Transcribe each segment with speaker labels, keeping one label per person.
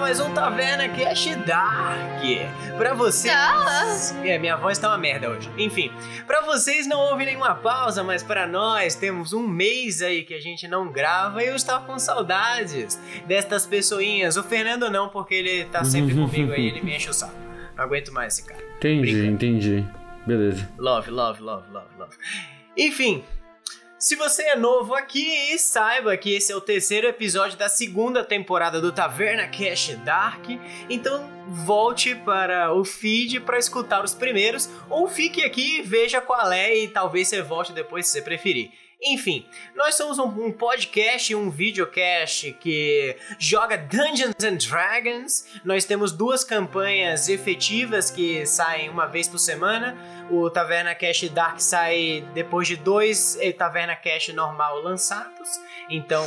Speaker 1: mais um Taverna Cast Dark. Pra vocês. É, minha voz tá uma merda hoje. Enfim, pra vocês não houve nenhuma pausa, mas pra nós temos um mês aí que a gente não grava e eu estava com saudades destas pessoinhas. O Fernando não, porque ele tá sempre comigo aí, ele me enche o saco. Não aguento mais esse cara.
Speaker 2: Entendi, entendi. Beleza.
Speaker 1: Love, love, love, love, love. Enfim, se você é novo aqui, saiba que esse é o terceiro episódio da segunda temporada do Taverna Cash Dark. Então volte para o feed para escutar os primeiros, ou fique aqui, veja qual é e talvez você volte depois se você preferir. Enfim, nós somos um, um podcast e um videocast que joga Dungeons and Dragons. Nós temos duas campanhas efetivas que saem uma vez por semana. O Taverna Cash Dark sai depois de dois eh, Taverna Cash normal lançados. Então,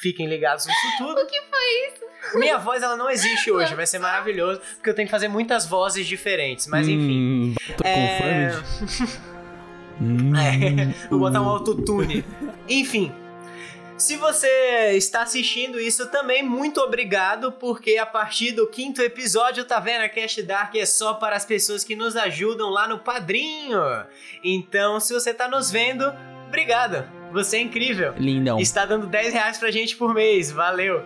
Speaker 1: fiquem ligados nisso tudo.
Speaker 3: O que foi isso?
Speaker 1: Minha voz ela não existe hoje, vai ser maravilhoso, porque eu tenho que fazer muitas vozes diferentes, mas enfim.
Speaker 2: Hum, tô com
Speaker 1: É.
Speaker 2: fome. Hum,
Speaker 1: É, vou botar um autotune. Enfim. Se você está assistindo isso também, muito obrigado, porque a partir do quinto episódio, o Taverna Cash Dark é só para as pessoas que nos ajudam lá no Padrinho. Então, se você está nos vendo, obrigado. Você é incrível.
Speaker 2: Lindão.
Speaker 1: Está dando 10 reais pra gente por mês, valeu.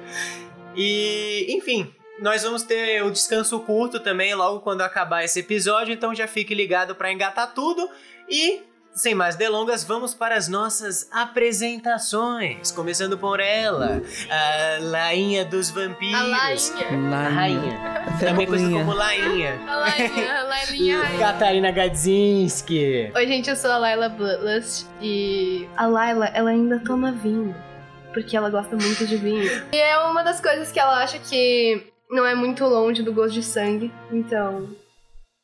Speaker 1: E, enfim, nós vamos ter o descanso curto também logo quando acabar esse episódio, então já fique ligado pra engatar tudo. E, sem mais delongas, vamos para as nossas apresentações. Começando por ela, a Lainha dos Vampiros.
Speaker 3: A Lainha.
Speaker 1: A Rainha. Também conhecida como Lainha.
Speaker 3: A Lainha, a Lailinha. Rainha.
Speaker 1: Catarina Gadzinski.
Speaker 3: Oi, gente, eu sou a Laila Bloodlust e a Laila, ela ainda toma vinho, porque ela gosta muito de vinho. E é uma das coisas que ela acha que não é muito longe do gosto de sangue, então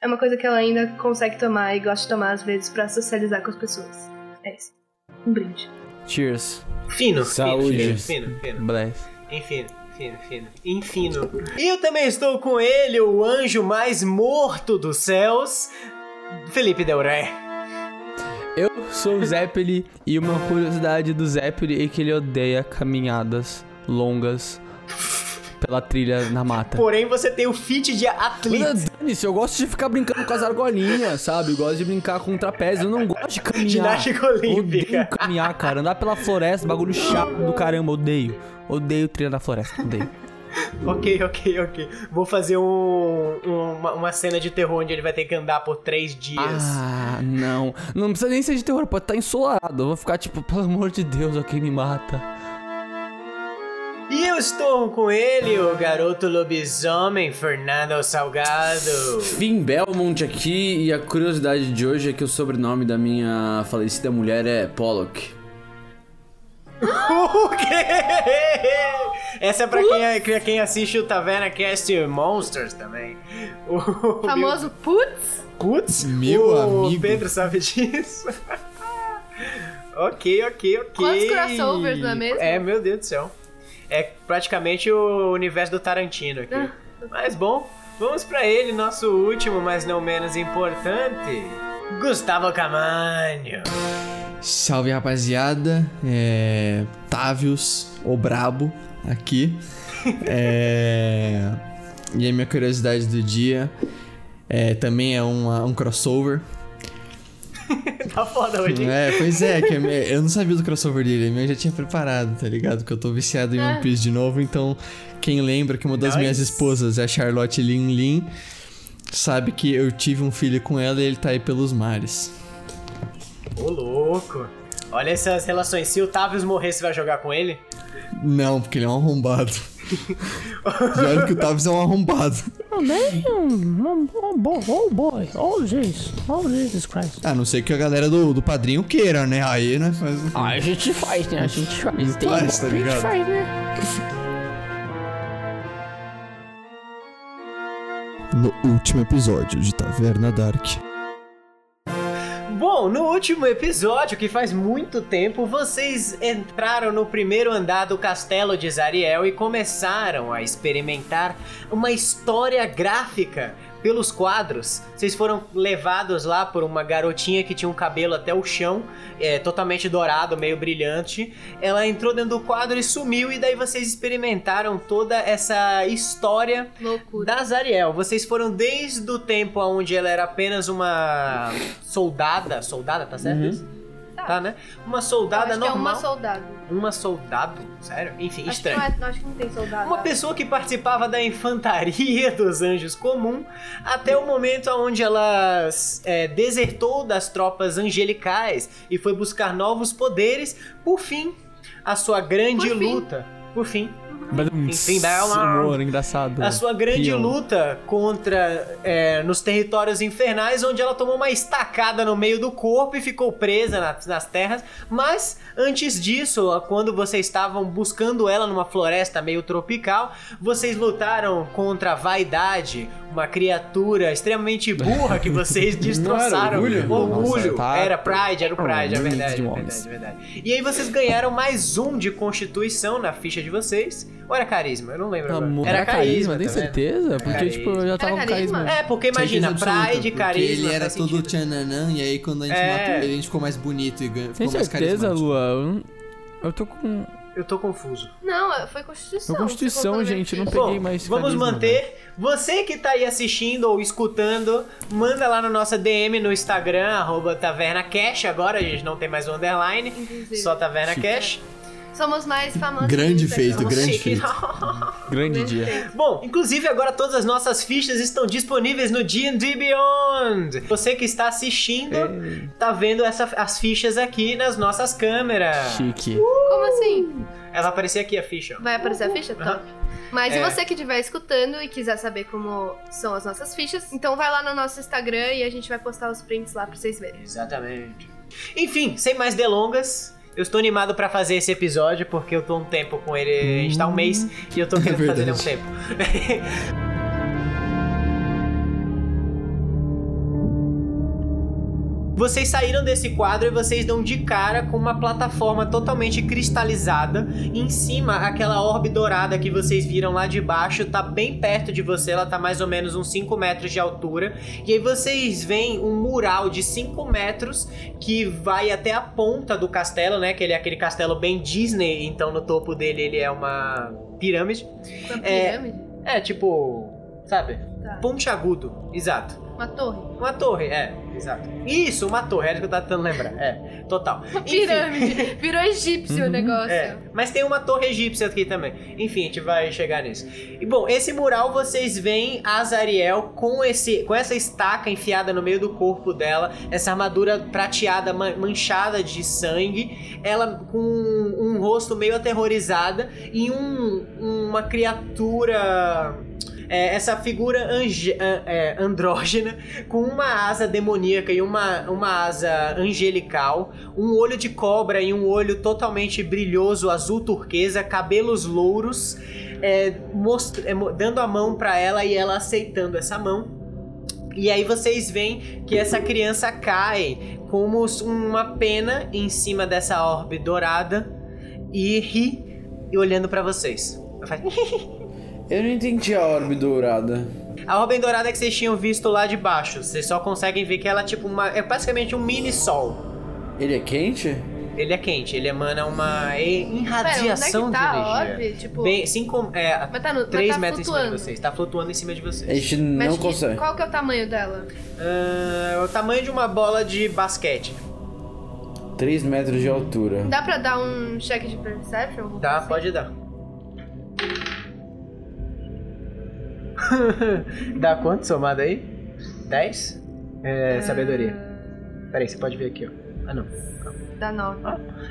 Speaker 3: é uma coisa que ela ainda consegue tomar e gosta de tomar às vezes pra socializar com as pessoas. É isso. Um brinde.
Speaker 4: Cheers.
Speaker 1: Fino,
Speaker 2: Saúde.
Speaker 1: fino, fino, fino.
Speaker 4: Bless.
Speaker 1: Enfim, fino, fino. Infino. E eu também estou com ele, o anjo mais morto dos céus, Felipe Del Rey.
Speaker 4: Eu sou o Zeppeli e uma curiosidade do Zeppeli é que ele odeia caminhadas longas pela trilha na mata.
Speaker 1: Porém, você tem o feat de atleta.
Speaker 4: Mas, Dane-se, eu gosto de ficar brincando com as argolinhas, sabe? Eu gosto de brincar com o trapézio, eu não gosto de caminhar.
Speaker 1: Ginástica
Speaker 4: Eu
Speaker 1: olímpica.
Speaker 4: Odeio caminhar, cara. Andar pela floresta, bagulho chato do caramba, odeio. Odeio trilha na floresta, odeio.
Speaker 1: Ok, ok, ok. Vou fazer um- uma, uma cena de terror onde ele vai ter que andar por três dias.
Speaker 4: Ah, não. Não precisa nem ser de terror, pode estar ensolarado. Eu vou ficar tipo, pelo amor de Deus, alguém me mata.
Speaker 1: E eu estou com ele, o garoto lobisomem, Fernando Salgado.
Speaker 2: Fim Belmont aqui e a curiosidade de hoje é que o sobrenome da minha falecida mulher é Pollock.
Speaker 1: O quê? Essa é pra quem, pra quem assiste o Taverna Cast Monsters também. O
Speaker 3: Famoso putz.
Speaker 1: Putz,
Speaker 4: Meu
Speaker 1: o
Speaker 4: amigo.
Speaker 1: Pedro sabe disso. ok, ok, ok.
Speaker 3: Quantos crossovers, não é mesmo?
Speaker 1: É, meu Deus do céu. É praticamente o universo do Tarantino aqui.
Speaker 3: Ah.
Speaker 1: mas bom, vamos pra ele, nosso último, mas não menos importante. Gustavo Camanho.
Speaker 5: Salve rapaziada, é. Távios, o Brabo, aqui. É. E a minha curiosidade do dia é, também é uma- um crossover.
Speaker 1: Tá foda hoje, hein?
Speaker 5: É, pois é, que a minha- eu não sabia do crossover dele, mas eu já tinha preparado, tá ligado? Que eu tô viciado em One Piece de novo, então quem lembra que uma das
Speaker 1: Nice.
Speaker 5: minhas esposas é a Charlotte Lin Lin, sabe que eu tive um filho com ela e ele tá aí pelos mares.
Speaker 1: Ô, louco. Olha essas relações. Se o Tavius morrer, você vai jogar com ele?
Speaker 5: Não, porque ele é um arrombado. e olha que o Tavis é um arrombado.
Speaker 6: Oh, boy. oh boy, oh jeez, oh Jesus Christ.
Speaker 5: A não ser que a galera do, do padrinho queira, né? Aí, né? Faz...
Speaker 6: Ah, a gente faz, né? A gente faz. Tem
Speaker 5: Faz, tá
Speaker 6: a gente
Speaker 5: ligado?
Speaker 6: faz, né?
Speaker 5: No último episódio de Taverna Dark.
Speaker 1: Bom, no último episódio, que faz muito tempo, vocês entraram no primeiro andar do castelo de Zariel e começaram a experimentar uma história gráfica pelos quadros, vocês foram levados lá por uma garotinha que tinha um cabelo até o chão, é, totalmente dourado, meio brilhante. Ela entrou dentro do quadro e sumiu, e daí vocês experimentaram toda essa história
Speaker 3: Loucura.
Speaker 1: da Zariel. Vocês foram desde o tempo onde ela era apenas uma soldada. Soldada, tá certo? isso? Tá, né? Uma soldada
Speaker 3: acho que é uma
Speaker 1: normal.
Speaker 3: soldado.
Speaker 1: Uma soldado? Sério? Enfim,
Speaker 3: Acho que,
Speaker 1: estranho.
Speaker 3: não é, acho que não tem soldado.
Speaker 1: Uma pessoa que participava da infantaria dos anjos comum até o momento onde ela é, desertou das tropas angelicais e foi buscar novos poderes. Por fim, a sua grande
Speaker 3: Por fim.
Speaker 1: luta. Por fim, Enfim,
Speaker 4: Enfim,
Speaker 1: dá uma-
Speaker 4: Humor engraçado.
Speaker 1: a sua grande
Speaker 4: Pião.
Speaker 1: luta contra é, nos territórios infernais, onde ela tomou uma estacada no meio do corpo e ficou presa na- nas terras. Mas antes disso, quando vocês estavam buscando ela numa floresta meio tropical, vocês lutaram contra a vaidade, uma criatura extremamente burra que vocês destroçaram.
Speaker 2: orgulho?
Speaker 1: Orgulho.
Speaker 4: Nossa, tá-
Speaker 1: Era Pride, era o Pride, é
Speaker 4: Hum,
Speaker 1: verdade, é verdade,
Speaker 4: demais.
Speaker 1: é verdade. E aí vocês ganharam mais um de constituição na ficha de vocês. Ou era carisma? Eu não lembro agora.
Speaker 4: Amor,
Speaker 1: Era, carisma,
Speaker 4: tem
Speaker 1: tá vendo?
Speaker 4: certeza? Porque, tipo, eu já tava com
Speaker 3: carisma?
Speaker 4: carisma.
Speaker 1: É, porque imagina,
Speaker 5: Certeza absoluta,
Speaker 1: Pride,
Speaker 5: porque
Speaker 1: carisma. assim, tipo,
Speaker 5: Ele era
Speaker 1: faz
Speaker 5: todo
Speaker 1: sentido.
Speaker 5: tchananã, e aí quando a gente
Speaker 1: É.
Speaker 5: matou ele, a gente ficou mais bonito e ganhou.
Speaker 4: Tem
Speaker 5: Ficou mais
Speaker 4: certeza,
Speaker 5: carismático.
Speaker 4: Lua? Eu não- Eu tô com. um
Speaker 1: Eu tô confuso.
Speaker 3: Não, foi Constituição.
Speaker 4: Foi Constituição,
Speaker 3: Você colocou na
Speaker 4: gente,
Speaker 3: minha
Speaker 4: não
Speaker 3: ficha.
Speaker 4: Peguei
Speaker 1: Bom,
Speaker 4: mais
Speaker 1: vamos
Speaker 4: carisma,
Speaker 1: manter. Você que tá aí assistindo ou escutando, manda lá na nossa DM no Instagram, arroba TavernaCash. Agora a gente não tem mais o underline,
Speaker 3: Inclusive.
Speaker 1: só Taverna Cash.
Speaker 3: Somos mais famosos. que
Speaker 5: Grande
Speaker 3: então.
Speaker 5: feito,
Speaker 3: Instagram.
Speaker 5: grande
Speaker 1: Chique.
Speaker 5: feito.
Speaker 4: Grande dia.
Speaker 1: Bom, inclusive agora todas as nossas fichas estão disponíveis no D&D Beyond. Você que está assistindo, tá vendo essa- as fichas aqui nas nossas câmeras.
Speaker 4: Chique.
Speaker 3: Como assim?
Speaker 1: Ela vai aparecer aqui a ficha. ó.
Speaker 3: Vai aparecer a ficha? Top. Mas
Speaker 1: É.
Speaker 3: e você que estiver escutando e quiser saber como são as nossas fichas, então vai lá no nosso Instagram e a gente vai postar os prints lá pra vocês verem.
Speaker 1: Exatamente. Enfim, sem mais delongas, eu estou animado pra fazer esse episódio porque eu tô um tempo com ele, a gente tá um mês e eu tô querendo fazer ele há um tempo. Vocês saíram desse quadro e vocês dão de cara com uma plataforma totalmente cristalizada. Em cima, aquela orbe dourada que vocês viram lá de baixo tá bem perto de você, ela tá mais ou menos uns 5 metros de altura. E aí vocês veem um mural de 5 metros que vai até a ponta do castelo, né? Que ele é aquele castelo bem Disney, então no topo dele ele é uma pirâmide.
Speaker 3: Uma
Speaker 1: É.
Speaker 3: pirâmide?
Speaker 1: É tipo, sabe?
Speaker 3: Tá.
Speaker 1: Pontiagudo, exato.
Speaker 3: Uma torre.
Speaker 1: Uma torre, é, exato. Isso, uma torre, era o que eu tava tentando lembrar. É, total.
Speaker 3: Uma
Speaker 1: Enfim.
Speaker 3: pirâmide. Virou egípcio o negócio.
Speaker 1: É, mas tem uma torre egípcia aqui também. Enfim, a gente vai chegar nisso. E bom, esse mural vocês veem a Azariel com, esse, com essa estaca enfiada no meio do corpo dela, essa armadura prateada ma- manchada de sangue, ela com um, um rosto meio aterrorizada e um- uma criatura. é, essa figura ange- an- é, andrógena com uma asa demoníaca e uma, uma asa angelical um olho de cobra e um olho totalmente brilhoso, azul turquesa, cabelos louros, é, most- é, mo- dando a mão pra ela e ela aceitando essa mão. E aí vocês veem que essa criança cai como s- uma pena em cima dessa orbe dourada e ri e olhando pra vocês. Ela faz-
Speaker 2: Eu não entendi a orbe dourada.
Speaker 1: A orbe dourada que vocês tinham visto lá de baixo, vocês só conseguem ver que ela é tipo uma, é basicamente um mini sol.
Speaker 2: Ele é quente?
Speaker 1: Ele é quente, ele emana uma e-
Speaker 3: Pera, onde é
Speaker 1: irradiação
Speaker 3: que tá
Speaker 1: de
Speaker 3: a
Speaker 1: energia.
Speaker 3: orbe? Tipo,
Speaker 1: Bem, cinco, é,
Speaker 3: mas tá, no,
Speaker 1: 3
Speaker 3: mas tá
Speaker 1: metros em cima
Speaker 3: flutuando.
Speaker 1: de vocês. Tá flutuando em cima de
Speaker 2: A
Speaker 1: vocês.
Speaker 2: gente
Speaker 3: Mas
Speaker 2: não
Speaker 3: que-
Speaker 2: consegue.
Speaker 3: qual que é o tamanho dela?
Speaker 1: Ah, é o tamanho de uma bola de basquete.
Speaker 2: 3 metros de altura.
Speaker 3: Dá pra dar um check de perception? alguma
Speaker 1: Tá?
Speaker 3: coisa assim?
Speaker 1: Pode dar. Dá quanto somado aí? 10?
Speaker 3: Ah.
Speaker 1: É, sabedoria. Peraí, você pode ver aqui, ó. Ah, não.
Speaker 3: Dá 9.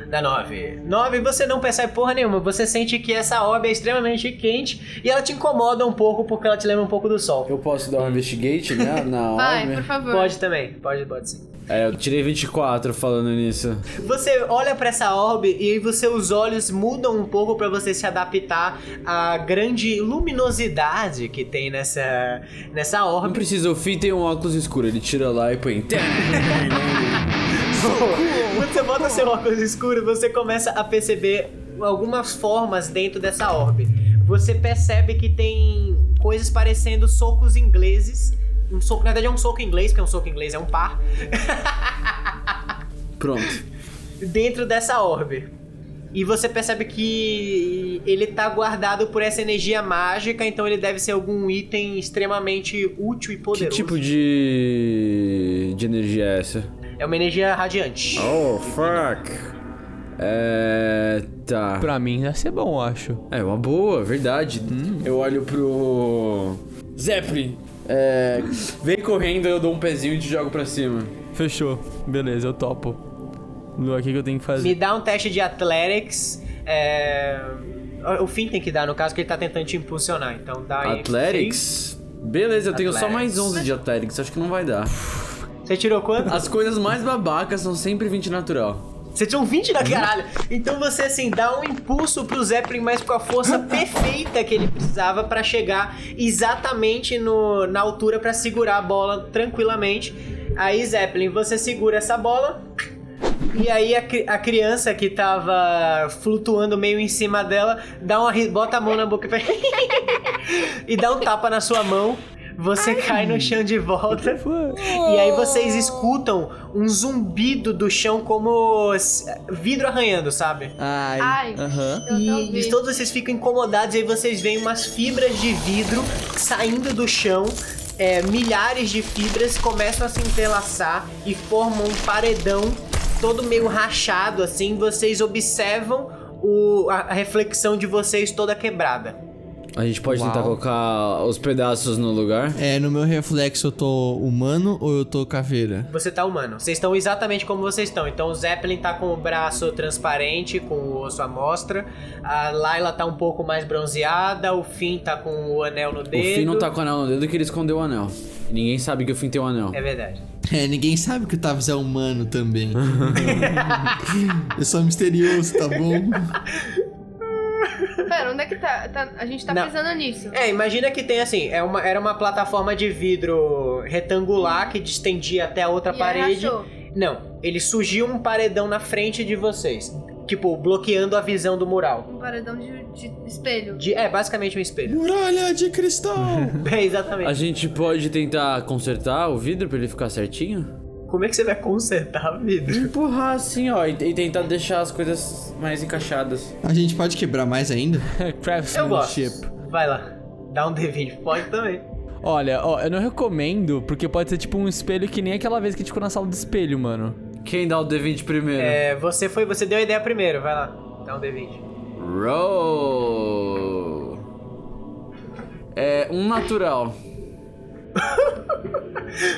Speaker 1: Dá 9. 9 você não percebe porra nenhuma. Você sente que essa orbe é extremamente quente e ela te incomoda um pouco porque ela te lembra um pouco do sol.
Speaker 2: Eu posso dar um investigate, né? Na
Speaker 3: Vai,
Speaker 2: orbe.
Speaker 3: por favor.
Speaker 1: Pode também. Pode, pode sim.
Speaker 2: É, eu tirei 24 falando nisso.
Speaker 1: Você olha pra essa orbe e aí você, os olhos mudam um pouco pra você se adaptar à grande luminosidade que tem nessa, nessa
Speaker 2: Não
Speaker 1: orbe.
Speaker 2: Ah, precisa, o Fih tem um óculos escuro, ele tira lá e põe.
Speaker 1: você bota seu óculos escuro e você começa a perceber algumas formas dentro dessa orbe. Você percebe que tem coisas parecendo socos ingleses Um soco, na verdade é um soco em inglês, porque um soco em inglês é um par.
Speaker 2: Pronto.
Speaker 1: dentro dessa orbe. E você percebe que ele tá guardado por essa energia mágica, então ele deve ser algum item extremamente útil e
Speaker 2: Que
Speaker 1: poderoso.
Speaker 2: tipo de. de energia é essa?
Speaker 1: É uma energia radiante.
Speaker 2: Oh, fuck. É. Tá.
Speaker 4: Pra mim ia ser bom, eu acho.
Speaker 2: É uma boa, verdade. Eu olho pro. Zeppelin. É. Vem correndo, eu dou um pezinho e te jogo pra cima.
Speaker 4: Fechou. Beleza, eu topo. Lu, o que que eu tenho que fazer?
Speaker 1: Me dá um teste de Athletics. é, O Finn tem que dar, no caso, que ele tá tentando te impulsionar. Então dá aí.
Speaker 2: Athletics? Beleza, eu tenho só mais
Speaker 1: Athletics.
Speaker 2: 11 de Athletics, acho que não vai dar.
Speaker 1: Você tirou quanto?
Speaker 2: As coisas mais babacas são sempre 20 natural.
Speaker 1: Você tinha um 20 na caralho. Então você, assim, dá um impulso pro Zeppelin, mas com a força perfeita que ele precisava pra chegar exatamente no, na altura pra segurar a bola tranquilamente. Aí, Zeppelin, você segura essa bola. E aí a, cri- a criança que tava flutuando meio em cima dela dá uma ri- bota a mão na boca e faz- e dá um tapa na sua mão. Você cai no chão de volta. E aí vocês escutam um zumbido do chão como s- vidro arranhando, sabe?
Speaker 3: Ai,
Speaker 4: Aham.
Speaker 3: eu não
Speaker 1: E,
Speaker 3: vi.
Speaker 1: e todos vocês ficam incomodados, e aí vocês veem umas fibras de vidro saindo do chão. é, milhares de fibras começam a se entrelaçar e formam um paredão todo meio rachado, assim. Vocês observam o- a a reflexão de vocês toda quebrada.
Speaker 2: A gente pode tentar
Speaker 4: Uau.
Speaker 2: colocar os pedaços no lugar?
Speaker 5: É, no meu reflexo eu tô humano ou eu tô caveira?
Speaker 1: Você tá humano. Vocês estão exatamente como vocês estão. Então o Zeppelin tá com o braço transparente, com o osso à mostra. A Layla tá um pouco mais bronzeada. O Finn tá com o anel no dedo.
Speaker 2: O Finn não tá com o anel no dedo que ele escondeu o anel. E ninguém sabe que o Finn tem o anel.
Speaker 1: É verdade.
Speaker 5: É, ninguém sabe que o Tavis é humano também. eu sou misterioso, tá bom?
Speaker 3: Pera, onde é que tá? Tá- a gente tá
Speaker 1: Não.
Speaker 3: pensando nisso.
Speaker 1: É, imagina que tem assim, é uma- era uma plataforma de vidro retangular que distendia até a outra
Speaker 3: E aí
Speaker 1: parede.
Speaker 3: achou.
Speaker 1: Não, ele surgiu um paredão na frente de vocês. Tipo, bloqueando a visão do mural.
Speaker 3: Um paredão de, de espelho.
Speaker 1: De- é, basicamente um espelho.
Speaker 5: Muralha de cristal!
Speaker 1: É,
Speaker 2: A
Speaker 1: exatamente.
Speaker 2: gente pode tentar consertar o vidro pra ele ficar certinho?
Speaker 1: Como é que você vai consertar o vidro?
Speaker 2: Empurrar assim, ó, e, e tentar deixar as coisas mais encaixadas.
Speaker 5: A gente pode quebrar mais ainda?
Speaker 1: Eu
Speaker 4: Craftsmanship.
Speaker 1: gosto. Vai lá. Dá um D20. Pode também.
Speaker 4: Olha, ó, eu não recomendo, porque pode ser tipo um espelho que nem aquela vez que a gente ficou na sala do espelho, mano.
Speaker 2: Quem dá o D20 primeiro?
Speaker 1: É, você foi, você deu a ideia primeiro. Vai lá. Dá um D20.
Speaker 2: Roll. É um natural.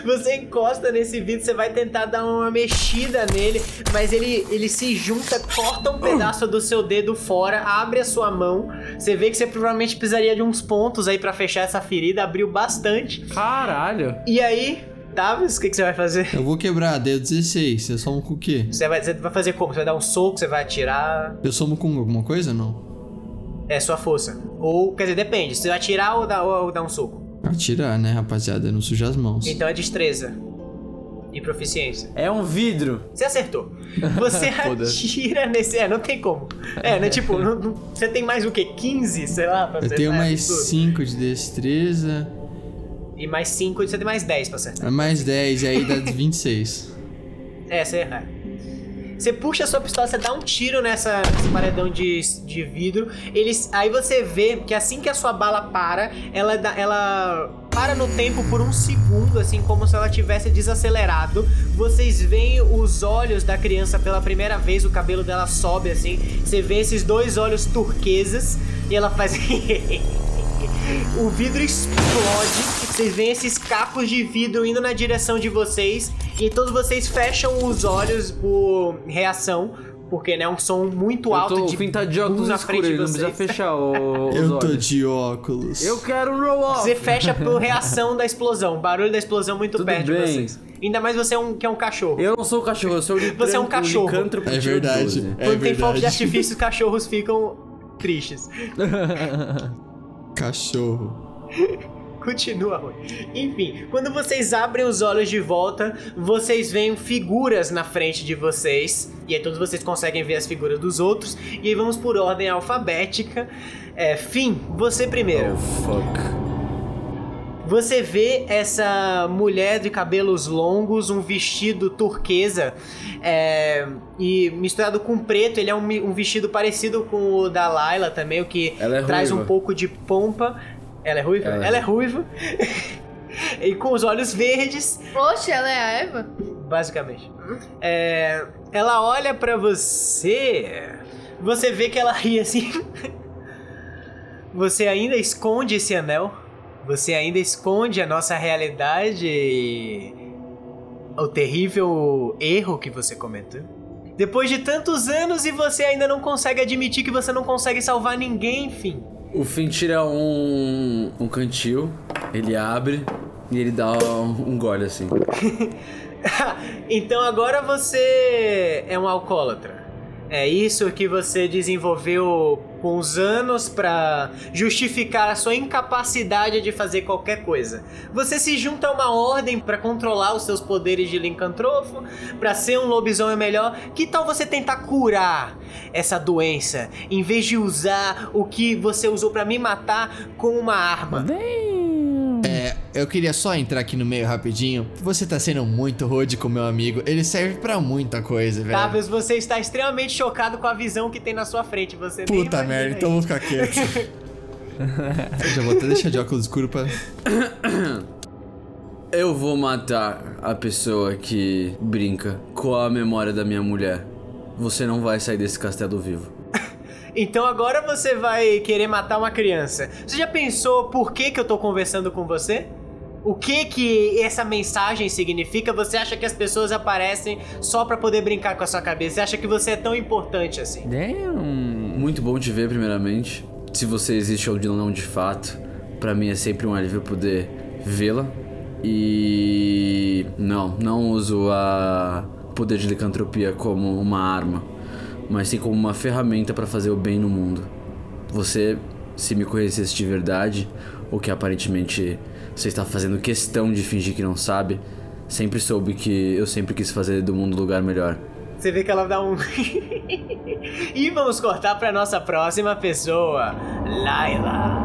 Speaker 1: Você encosta nesse vidro, você vai tentar dar uma mexida nele, mas ele, ele se junta, corta um pedaço do seu dedo fora, abre a sua mão. Você vê que você provavelmente precisaria de uns pontos aí pra fechar essa ferida, abriu bastante.
Speaker 2: Caralho.
Speaker 1: E aí, Tavis, o que, que você vai fazer?
Speaker 5: Eu vou quebrar, deu 16. Eu somo com o quê?
Speaker 1: Você vai, você vai fazer como? Você vai dar um soco, você vai atirar?
Speaker 5: Eu somo com alguma coisa não?
Speaker 1: É sua força. Ou, quer dizer, depende. Você vai atirar ou dar, ou dar um soco?
Speaker 5: Atirar, né, rapaziada? Não sujar as mãos.
Speaker 1: Então é destreza. E proficiência.
Speaker 2: É um vidro.
Speaker 1: Você acertou. Você atira nesse. É, não tem como. É, né? Tipo, não- não- você tem mais o quê? 15, sei lá, pra
Speaker 5: Eu
Speaker 1: acertar é
Speaker 5: tenho mais
Speaker 1: isso tudo?
Speaker 5: 5 de destreza.
Speaker 1: E mais 5, você tem mais 10 pra acertar.
Speaker 5: é Mais 10, e aí dá 26.
Speaker 1: É, você erra. Você puxa a sua pistola, você dá um tiro nessa, nesse paredão de, de vidro. Eles, aí você vê que assim que a sua bala para, ela, dá- ela para no tempo por um segundo, assim como se ela tivesse desacelerado. Vocês veem os olhos da criança pela primeira vez, o cabelo dela sobe assim. Você vê esses dois olhos turquesas e ela faz. O vidro explode, vocês veem esses cacos de vidro indo na direção de vocês e todos vocês fecham os ollos por reação, porque né, é um som muito
Speaker 2: Eu
Speaker 1: alto
Speaker 2: tô, o
Speaker 1: de
Speaker 2: Finn tá de óculos
Speaker 1: luz na
Speaker 2: escuros,
Speaker 1: frente de
Speaker 2: ele não precisa
Speaker 1: vocês.
Speaker 2: fechar o, os
Speaker 5: Eu tô
Speaker 2: olhos.
Speaker 5: de óculos.
Speaker 2: Eu quero um roll off.
Speaker 1: Você fecha por reação da explosão, barulho da explosão muito
Speaker 2: Tudo
Speaker 1: perto
Speaker 2: bem.
Speaker 1: de vocês. Ainda mais você é um, que é um cachorro.
Speaker 2: Eu não sou o cachorro, eu sou o
Speaker 1: Você é um cachorro.
Speaker 2: licântropo
Speaker 5: É
Speaker 2: de
Speaker 5: verdade.
Speaker 2: 12.
Speaker 5: É
Speaker 1: Quando tem fogo de
Speaker 5: verdade.
Speaker 1: artifício, os cachorros ficam tristes.
Speaker 5: Cachorro.
Speaker 1: Continua, Rui. Enfim, quando vocês abrem os olhos de volta, vocês veem figuras na frente de vocês. E aí todos vocês conseguem ver as figuras dos outros. E aí vamos por ordem alfabética. É, Fim, você primeiro.
Speaker 2: Oh, fuck.
Speaker 1: Você vê essa mulher de cabelos longos, um vestido turquesa é, e misturado com preto. Ele é um, mi- um vestido parecido com o da Laila também, o que
Speaker 2: Ela é
Speaker 1: traz um
Speaker 2: ruiva.
Speaker 1: pouco de pompa. Ela é ruiva?
Speaker 2: Ela
Speaker 1: Ela,
Speaker 2: é
Speaker 1: é ruiva. e com os olhos verdes,
Speaker 3: Oxe, ela é a Eva?
Speaker 1: basicamente. É, ela olha pra você. Você vê que ela ri assim. Você ainda esconde esse anel. Você ainda esconde a nossa realidade e o terrível erro que você cometeu. Depois de tantos anos e você ainda não consegue admitir que você não consegue salvar ninguém, enfim.
Speaker 2: O Finn tira um, um cantil, ele abre e ele dá um, um gole assim.
Speaker 1: então agora você é um alcoólatra. É isso que você desenvolveu com os anos pra justificar a sua incapacidade de fazer qualquer coisa. Você se junta a uma ordem pra controlar os seus poderes de lincantrofo, pra ser um lobisomem melhor. Que tal você tentar curar essa doença em vez de usar o que você usou pra me matar com uma arma?
Speaker 5: Eu queria só entrar aqui no meio rapidinho. Você tá sendo muito rude com meu amigo. Ele serve pra muita coisa, velho.
Speaker 1: Tavius, você está extremamente chocado com a visão que tem na sua frente. Você nem
Speaker 5: Puta
Speaker 1: imagina
Speaker 5: merda,
Speaker 1: isso.
Speaker 5: então eu vou ficar quieto. Eu Já vou até deixar de óculos escuro pra.
Speaker 2: Eu vou matar a pessoa que brinca com a memória da minha mulher. Você não vai sair desse castelo vivo.
Speaker 1: Então agora você vai querer matar uma criança. Você já pensou por que, que eu tô conversando com você? O que que essa mensagem significa? Você acha que as pessoas aparecem só pra poder brincar com a sua cabeça? Você acha que você é tão importante assim?
Speaker 4: Damn.
Speaker 2: É um Muito bom te ver, primeiramente. Se você existe ou não de fato, pra mim é sempre um alívio poder vê-la. E não, não uso a o poder de licantropia como uma arma, mas sim como uma ferramenta pra fazer o bem no mundo. Você, se me conhecesse de verdade, o que aparentemente você está fazendo questão de fingir que não sabe, sempre soube que eu sempre quis fazer do mundo um lugar melhor.
Speaker 1: Você vê que ela dá um. e vamos cortar pra nossa próxima pessoa, Laila.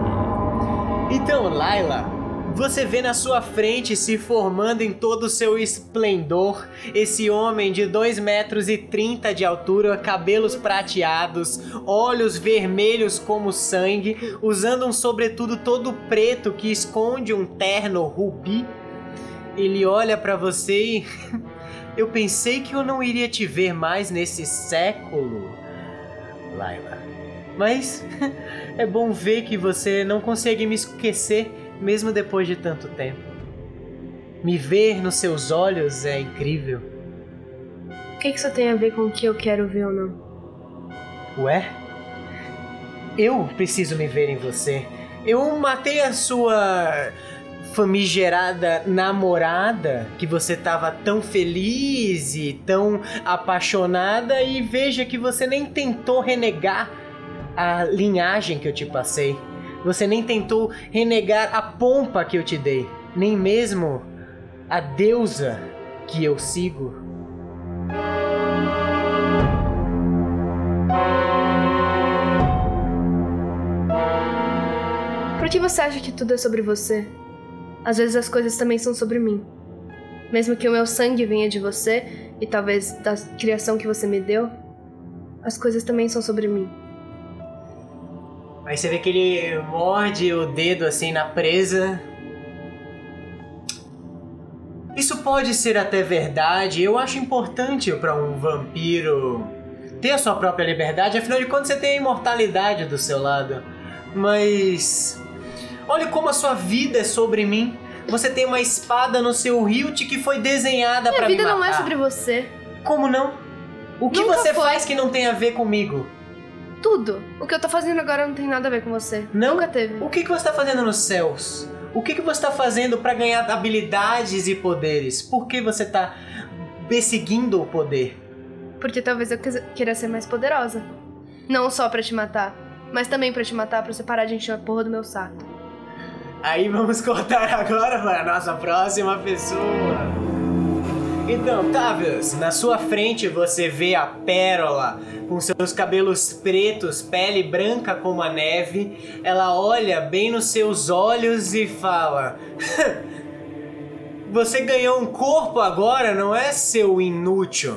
Speaker 1: Então, Laila, você vê na sua frente se formando em todo o seu esplendor esse homem de 2 metros e 30 de altura, cabelos prateados, olhos vermelhos como sangue, usando um sobretudo todo preto que esconde um terno rubi. Ele olha pra você e eu pensei que eu não iria te ver mais nesse século, Laila. Mas é bom ver que você não consegue me esquecer mesmo depois de tanto tempo. Me ver nos seus olhos é incrível.
Speaker 3: O que, que isso tem a ver com o que eu quero ver ou não?
Speaker 1: Ué? Eu preciso me ver em você. Eu matei a sua famigerada namorada que você tava tão feliz e tão apaixonada e veja que você nem tentou renegar a linhagem que eu te passei. Você nem tentou renegar a pompa que eu te dei, nem mesmo a deusa que eu sigo.
Speaker 3: Por que você acha que tudo é sobre você? Às vezes as coisas também são sobre mim. Mesmo que o meu sangue venha de você, e talvez da criação que você me deu, as coisas também são sobre mim.
Speaker 1: Aí você vê que ele morde o dedo assim na presa. Isso pode ser até verdade. Eu acho importante pra um vampiro ter a sua própria liberdade. Afinal de contas, você tem a imortalidade do seu lado. Mas. Olha como a sua vida é sobre mim. Você tem uma espada no seu hilt que foi desenhada
Speaker 3: Minha
Speaker 1: pra me
Speaker 3: vida não é
Speaker 1: matar.
Speaker 3: sobre você.
Speaker 1: Como não? O que
Speaker 3: Nunca
Speaker 1: você
Speaker 3: foi.
Speaker 1: faz que não tem a ver comigo?
Speaker 3: Tudo. O que eu tô fazendo agora não tem nada a ver com você.
Speaker 1: Não?
Speaker 3: Nunca teve.
Speaker 1: O que, que você tá fazendo nos céus? O que, que você tá fazendo para ganhar habilidades e poderes? Por que você tá perseguindo o poder?
Speaker 3: Porque talvez eu quis- queira ser mais poderosa. Não só pra te matar, mas também pra te matar pra você parar de encher a porra do meu saco.
Speaker 1: Aí vamos cortar agora para a nossa próxima pessoa. Então, Tavius, na sua frente você vê a Pérola com seus cabelos pretos, pele branca como a neve. Ela olha bem nos seus olhos e fala: Você ganhou um corpo agora, não é, seu inútil?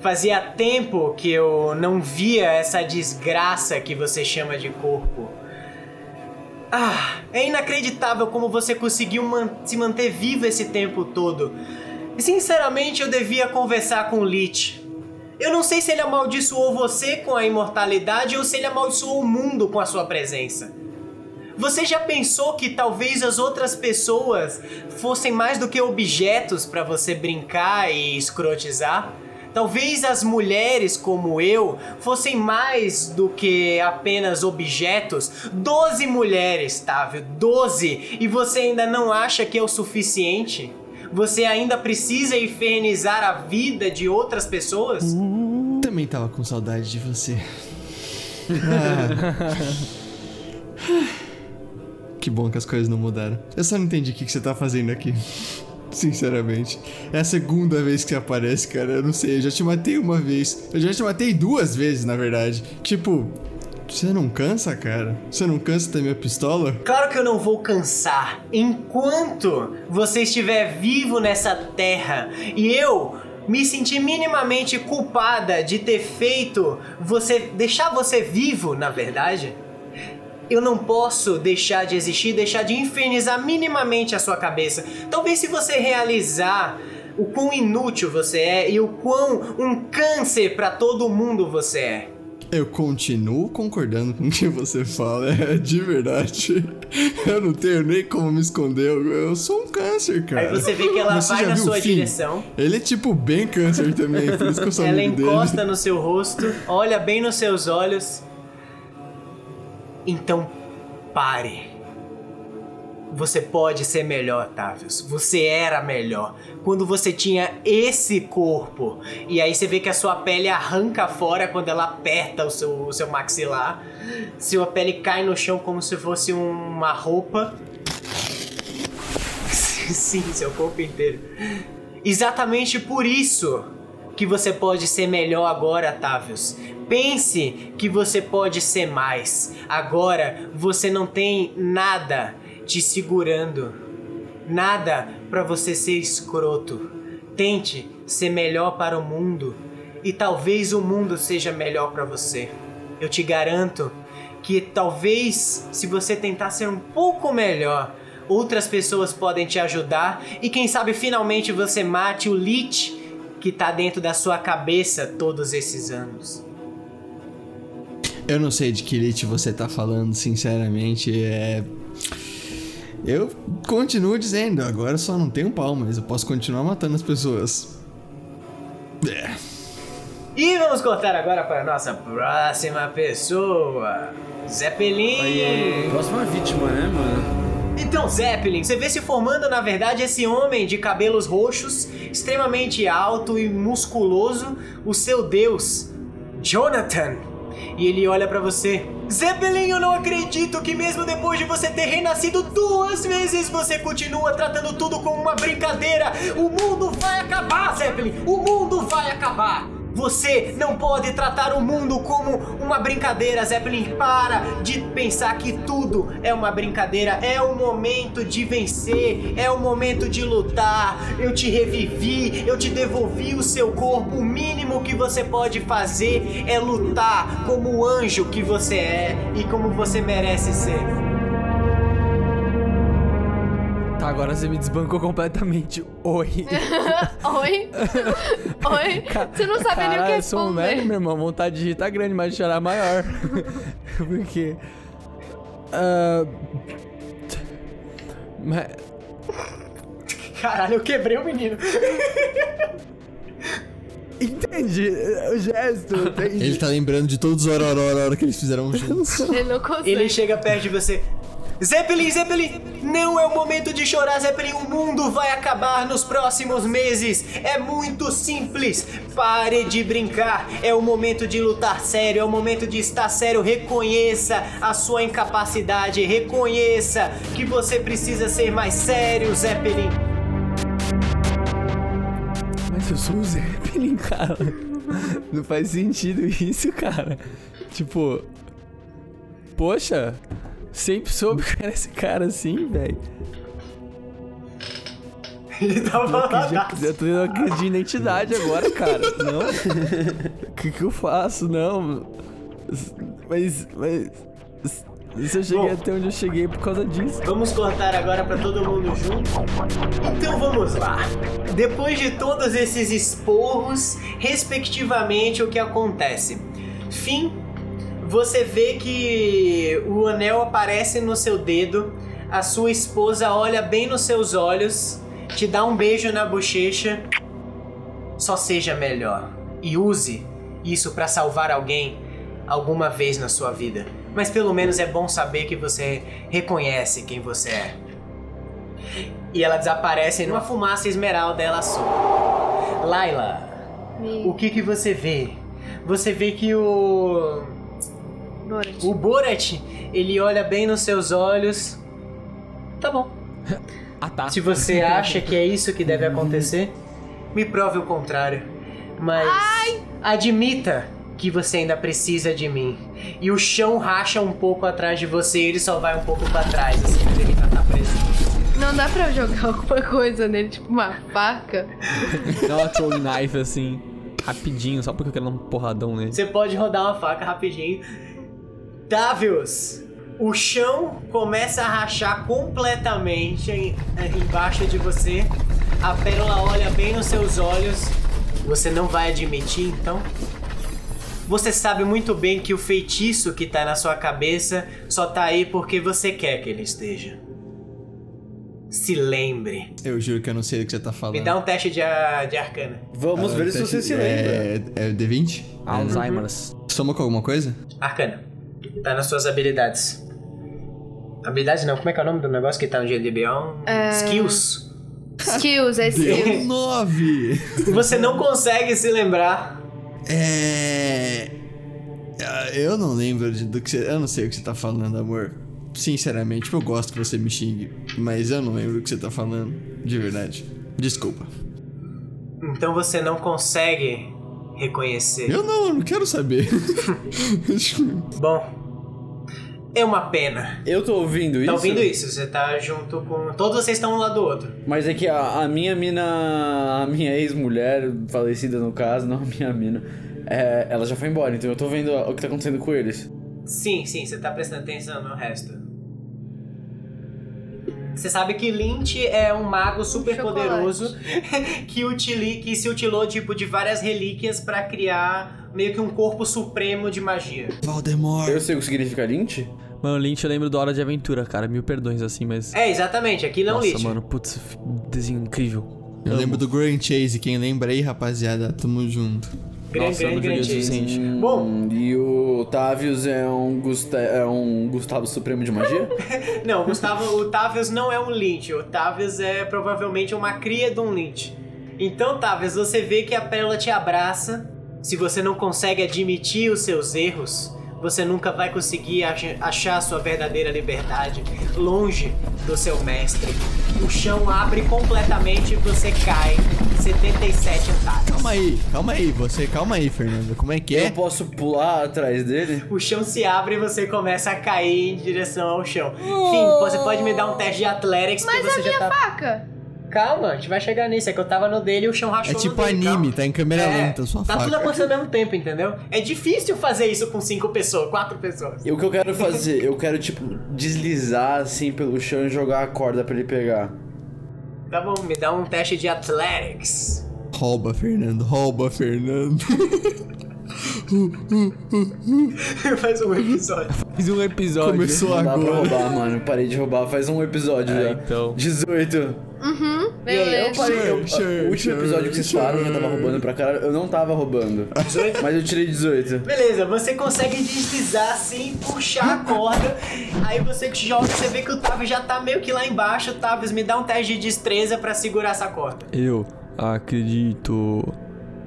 Speaker 1: Fazia tempo que eu não via essa desgraça que você chama de corpo. Ah, é inacreditável como você conseguiu man- se manter vivo esse tempo todo. E, Sinceramente, eu devia conversar com o Lich. Eu não sei se ele amaldiçoou você com a imortalidade ou se ele amaldiçoou o mundo com a sua presença. Você já pensou que talvez as outras pessoas fossem mais do que objetos para você brincar e escrotizar? Talvez as mulheres como eu fossem mais do que apenas objetos. 12 mulheres, Távio, 12! E você ainda não acha que é o suficiente? Você ainda precisa infernizar a vida de outras pessoas?
Speaker 5: Também tava com saudade de você. Ah. que bom que as coisas não mudaram. Eu só não entendi o que, que você tá fazendo aqui. Sinceramente. É a segunda vez que você aparece, cara. Eu não sei, eu já te matei uma vez. Eu já te matei duas vezes, na verdade. Tipo, você não cansa, cara? Você não cansa da minha pistola?
Speaker 1: Claro que eu não vou cansar enquanto você estiver vivo nessa terra e eu me sentir minimamente culpada de ter feito você deixar você vivo, na verdade. Eu não posso deixar de existir, deixar de infernizar minimamente a sua cabeça. Talvez se você realizar o quão inútil você é e o quão um câncer para todo mundo você é.
Speaker 5: Eu continuo concordando com o que você fala, é de verdade. Eu não tenho nem como me esconder, eu, eu sou um câncer, cara.
Speaker 1: Aí você vê que ela
Speaker 5: Você
Speaker 1: vai
Speaker 5: já
Speaker 1: na
Speaker 5: viu o
Speaker 1: sua
Speaker 5: fim?
Speaker 1: direção.
Speaker 5: Ele é tipo bem câncer também, é por isso que eu sou
Speaker 1: Ela
Speaker 5: amigo dele.
Speaker 1: encosta no seu rosto, olha bem nos seus olhos. Então pare. Você pode ser melhor, Tavius. Você era melhor. Quando você tinha esse corpo. E aí você vê que a sua pele arranca fora quando ela aperta o seu, o seu maxilar. Sua pele cai no chão como se fosse uma roupa. Sim, seu corpo inteiro. Exatamente por isso que você pode ser melhor agora, Tavius. Pense que você pode ser mais. Agora você não tem nada te segurando. Nada para você ser escroto. Tente ser melhor para o mundo e talvez o mundo seja melhor para você. Eu te garanto que talvez se você tentar ser um pouco melhor, outras pessoas podem te ajudar e quem sabe finalmente você mate o Lich que tá dentro da sua cabeça todos esses anos.
Speaker 5: Eu não sei de que elite você tá falando, sinceramente, é... Eu continuo dizendo, agora eu só não tenho pau, mas eu posso continuar matando as pessoas.
Speaker 1: E vamos cortar agora para a nossa próxima pessoa, Zeppelin.
Speaker 2: Próxima vítima, né, mano?
Speaker 1: Então, Zeppelin, você vê se formando, na verdade, esse homem de cabelos roxos, extremamente alto e musculoso, o seu deus, Jonathan. E ele olha pra você. Zeppelin, eu não acredito que mesmo depois de você ter renascido duas vezes, você continua tratando tudo como uma brincadeira. O mundo vai acabar, Zeppelin. O mundo vai acabar. Você não pode tratar o mundo como uma brincadeira, Zeppelin. Para de pensar que tudo é uma brincadeira. É o momento de vencer, é o momento de lutar. Eu te revivi, eu te devolvi o seu corpo. O mínimo que você pode fazer é lutar como o anjo que você é e como você merece ser.
Speaker 4: Tá, agora você me desbancou completamente. Oi.
Speaker 3: Oi? Oi? Você não sabe nem o que é
Speaker 4: Caralho, eu sou um velho,
Speaker 3: responder.
Speaker 4: meu irmão. Vontade de rir tá grande, mas de chorar é maior. Porque. Ah, mas-
Speaker 1: Caralho, eu quebrei o menino.
Speaker 4: entendi eh, o gesto, entendi.
Speaker 5: Ele tá lembrando de todos os orororó que eles fizeram juntos.
Speaker 3: Ele não consegue.
Speaker 1: Ele chega perto de você. Zeppelin, Zeppelin, não é o momento de chorar, Zeppelin. O mundo vai acabar nos próximos meses. É muito simples. Pare de brincar. É o momento de lutar sério, é o momento de estar sério. Reconheça a sua incapacidade, reconheça que você precisa ser mais sério, Zeppelin.
Speaker 4: eu sou o Zeppelin, cara. Não faz sentido isso, cara. Tipo, poxa, sempre soube que era esse cara assim, velho.
Speaker 1: Ele tava lá.
Speaker 4: Eu tô tendo uma crise de identidade agora, cara. Não. O que, que eu faço? Não. Mas. Mas. Isso eu cheguei até onde eu cheguei por causa disso.
Speaker 1: Vamos contar agora pra todo mundo junto? Então vamos lá. Depois de todos esses esporros, respectivamente, o que acontece? Fim, você vê que o anel aparece no seu dedo, a sua esposa olha bem nos seus olhos, te dá um beijo na bochecha. Só seja melhor e use isso pra salvar alguém alguma vez na sua vida. Mas pelo menos é bom saber que você reconhece quem você é. E ela desaparece numa fumaça esmeralda, ela sua. Laila,
Speaker 3: Me...
Speaker 1: o que que você vê? Você vê que o
Speaker 3: Bora.
Speaker 1: o Borat, ele olha bem nos seus olhos. Tá bom.
Speaker 4: Ah, tá.
Speaker 1: Se você acha que é isso que deve acontecer, me prove o contrário. Mas admita que você ainda precisa de mim. E o chão racha um pouco atrás de você e ele só vai um pouco pra trás, assim, mas ele ainda tá preso.
Speaker 3: Não dá pra jogar alguma coisa nele, tipo uma faca.
Speaker 4: Dá uma throw knife assim, rapidinho, só porque eu quero dar um porradão nele.
Speaker 1: Você pode rodar uma faca rapidinho. Davius, o chão começa a rachar completamente em- eh, embaixo de você. A pérola olha bem nos seus olhos. Você não vai admitir, então? Você sabe muito bem que o feitiço que tá na sua cabeça só tá aí porque você quer que ele esteja. Se lembre.
Speaker 5: Eu juro que eu não sei do que você tá falando.
Speaker 1: Me dá um teste de, a- de arcana.
Speaker 7: Vamos ver se você se lembra.
Speaker 5: lembra. É, é D20?
Speaker 4: Alzheimer's.
Speaker 5: Soma com alguma coisa?
Speaker 1: Arcana. Tá nas suas habilidades. Habilidades não, como é que é o nome do negócio que tá no GDB? É um... Skills.
Speaker 3: Skills, é skills.
Speaker 5: Deu 9!
Speaker 1: Você não consegue se lembrar.
Speaker 5: É. ah, Eu não lembro de- do que você. Eu não sei o que você tá falando, amor. Sinceramente, eu gosto que você me xingue, mas eu não lembro o que você tá falando. De verdade. Desculpa.
Speaker 1: Então você não consegue reconhecer.
Speaker 5: Eu não, eu não quero saber.
Speaker 1: Bom. É uma pena.
Speaker 7: Eu tô ouvindo isso.
Speaker 1: Tá ouvindo isso? Você tá junto com. Todos vocês estão um lado do outro.
Speaker 7: Mas é que a, a minha mina. A minha ex-mulher, falecida no caso, não a minha mina. é, ela já foi embora, então eu tô vendo o que tá acontecendo com eles.
Speaker 1: Sim, sim, você tá prestando atenção no resto. Você sabe que Lynch é um mago super poderoso que, utili que se utilou tipo, de várias relíquias pra criar meio que um corpo supremo de magia.
Speaker 5: Valdemar!
Speaker 7: Eu sei o que significa Lynch?
Speaker 4: Mano, Lynch, eu lembro da Hora de Aventura, cara. Mil perdões assim, mas.
Speaker 1: É, exatamente, aquilo é um
Speaker 4: Nossa,
Speaker 1: Lich.
Speaker 4: mano, putz, f- desenho incrível.
Speaker 5: Eu lembro do Grand Chase, quem lembra aí, rapaziada? Tamo junto.
Speaker 1: Gran-
Speaker 4: Nossa,
Speaker 1: gran-
Speaker 4: eu não joguei o
Speaker 1: grande-
Speaker 4: suficiente.
Speaker 1: Bom,
Speaker 7: Hum, E o Otávios é um, Gusta é um Gustavo Supremo de Magia?
Speaker 1: não, o Gustavo, o Tavius não é um Lynch. O Tavius é provavelmente uma cria de um Lynch. Então, Tavius, você vê que a pérola te abraça. Se você não consegue admitir os seus erros, você nunca vai conseguir ach- achar a sua verdadeira liberdade longe do seu mestre. O chão abre completamente e você cai 77 andares.
Speaker 5: Calma aí, calma aí, você, calma aí, Fernando. Como é que
Speaker 7: Eu
Speaker 5: é?
Speaker 7: posso pular Ah, atrás dele?
Speaker 1: O chão se abre e você começa a cair em direção ao chão. Enfim, você pode me dar um teste de Athletics que
Speaker 3: Mas
Speaker 1: você
Speaker 3: a
Speaker 1: já
Speaker 3: minha
Speaker 1: tá.
Speaker 3: faca!
Speaker 1: Calma, a gente vai chegar nisso. É que eu tava no dele e o chão rachou
Speaker 5: É
Speaker 1: no
Speaker 5: tipo
Speaker 1: dele, calma.
Speaker 5: anime, tá em câmera
Speaker 1: É,
Speaker 5: lenta, sua
Speaker 1: Tá tudo
Speaker 5: faca.
Speaker 1: acontecendo ao mesmo tempo, entendeu? É difícil fazer isso com cinco pessoas, quatro pessoas.
Speaker 7: E o que eu quero fazer? Eu quero, tipo, deslizar assim pelo chão e jogar a corda pra ele pegar.
Speaker 1: Tá bom, me dá um teste de Athletics.
Speaker 5: Rouba, Fernando, rouba, Fernando.
Speaker 1: Faz um episódio.
Speaker 4: Fiz um episódio.
Speaker 5: Começou
Speaker 7: Não dá pra
Speaker 5: agora.
Speaker 7: roubar, mano. Parei de roubar faz um episódio
Speaker 4: É,
Speaker 7: já.
Speaker 4: então.
Speaker 7: 18. Eu
Speaker 3: Beleza.
Speaker 7: parei. eu-
Speaker 5: Sure,
Speaker 7: É o último
Speaker 5: sure,
Speaker 7: episódio que vocês falaram que eu tava roubando pra caralho, eu não tava roubando. Mas eu tirei 18.
Speaker 1: Beleza, você consegue deslizar assim, puxar a corda. Aí você que joga, você vê que o Tavis já tá meio que lá embaixo. Tavis, me dá um teste de destreza pra segurar essa corda.
Speaker 4: Eu acredito.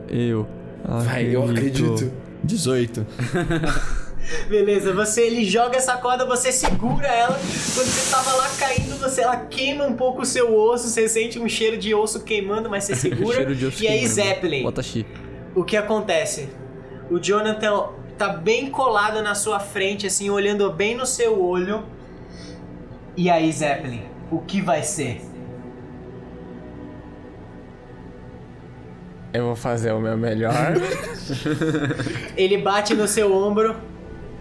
Speaker 4: Eu acredito.
Speaker 7: Vai, eu acredito.
Speaker 5: 18.
Speaker 1: Beleza, você ele joga essa corda, você segura ela. Quando você tava lá caindo, você ela queima um pouco o seu osso, você sente um cheiro de osso queimando, mas você segura.
Speaker 4: Cheiro de osso
Speaker 1: e aí,
Speaker 4: queimando.
Speaker 1: Zeppelin,
Speaker 4: Watashi.
Speaker 1: o que acontece? O Jonathan tá bem colado na sua frente, assim, olhando bem no seu olho. E aí, Zeppelin, o que vai ser?
Speaker 8: Eu vou fazer o meu melhor.
Speaker 1: Ele bate no seu ombro.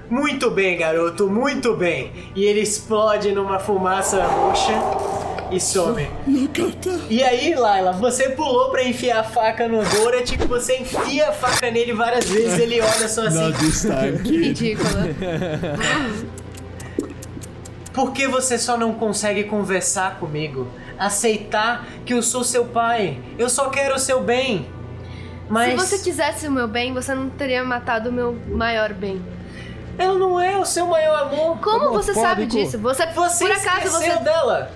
Speaker 1: Muito bem, garoto, muito bem. E ele explode numa fumaça roxa e some. E aí, Laila, você pulou pra enfiar a faca no Dorothy, você enfia a faca nele várias vezes, ele olha só assim.
Speaker 3: Ridícula.
Speaker 1: Por que você só não consegue conversar comigo? Aceitar que eu sou seu pai. Eu só quero o seu bem. Mas
Speaker 3: Se você quisesse o meu bem, você não teria matado o meu maior bem.
Speaker 1: ela não é o seu maior amor.
Speaker 3: Como você sabe
Speaker 4: Homofóbico.
Speaker 3: disso? Você,
Speaker 1: Você
Speaker 3: por acaso, você...
Speaker 1: esqueceu dela.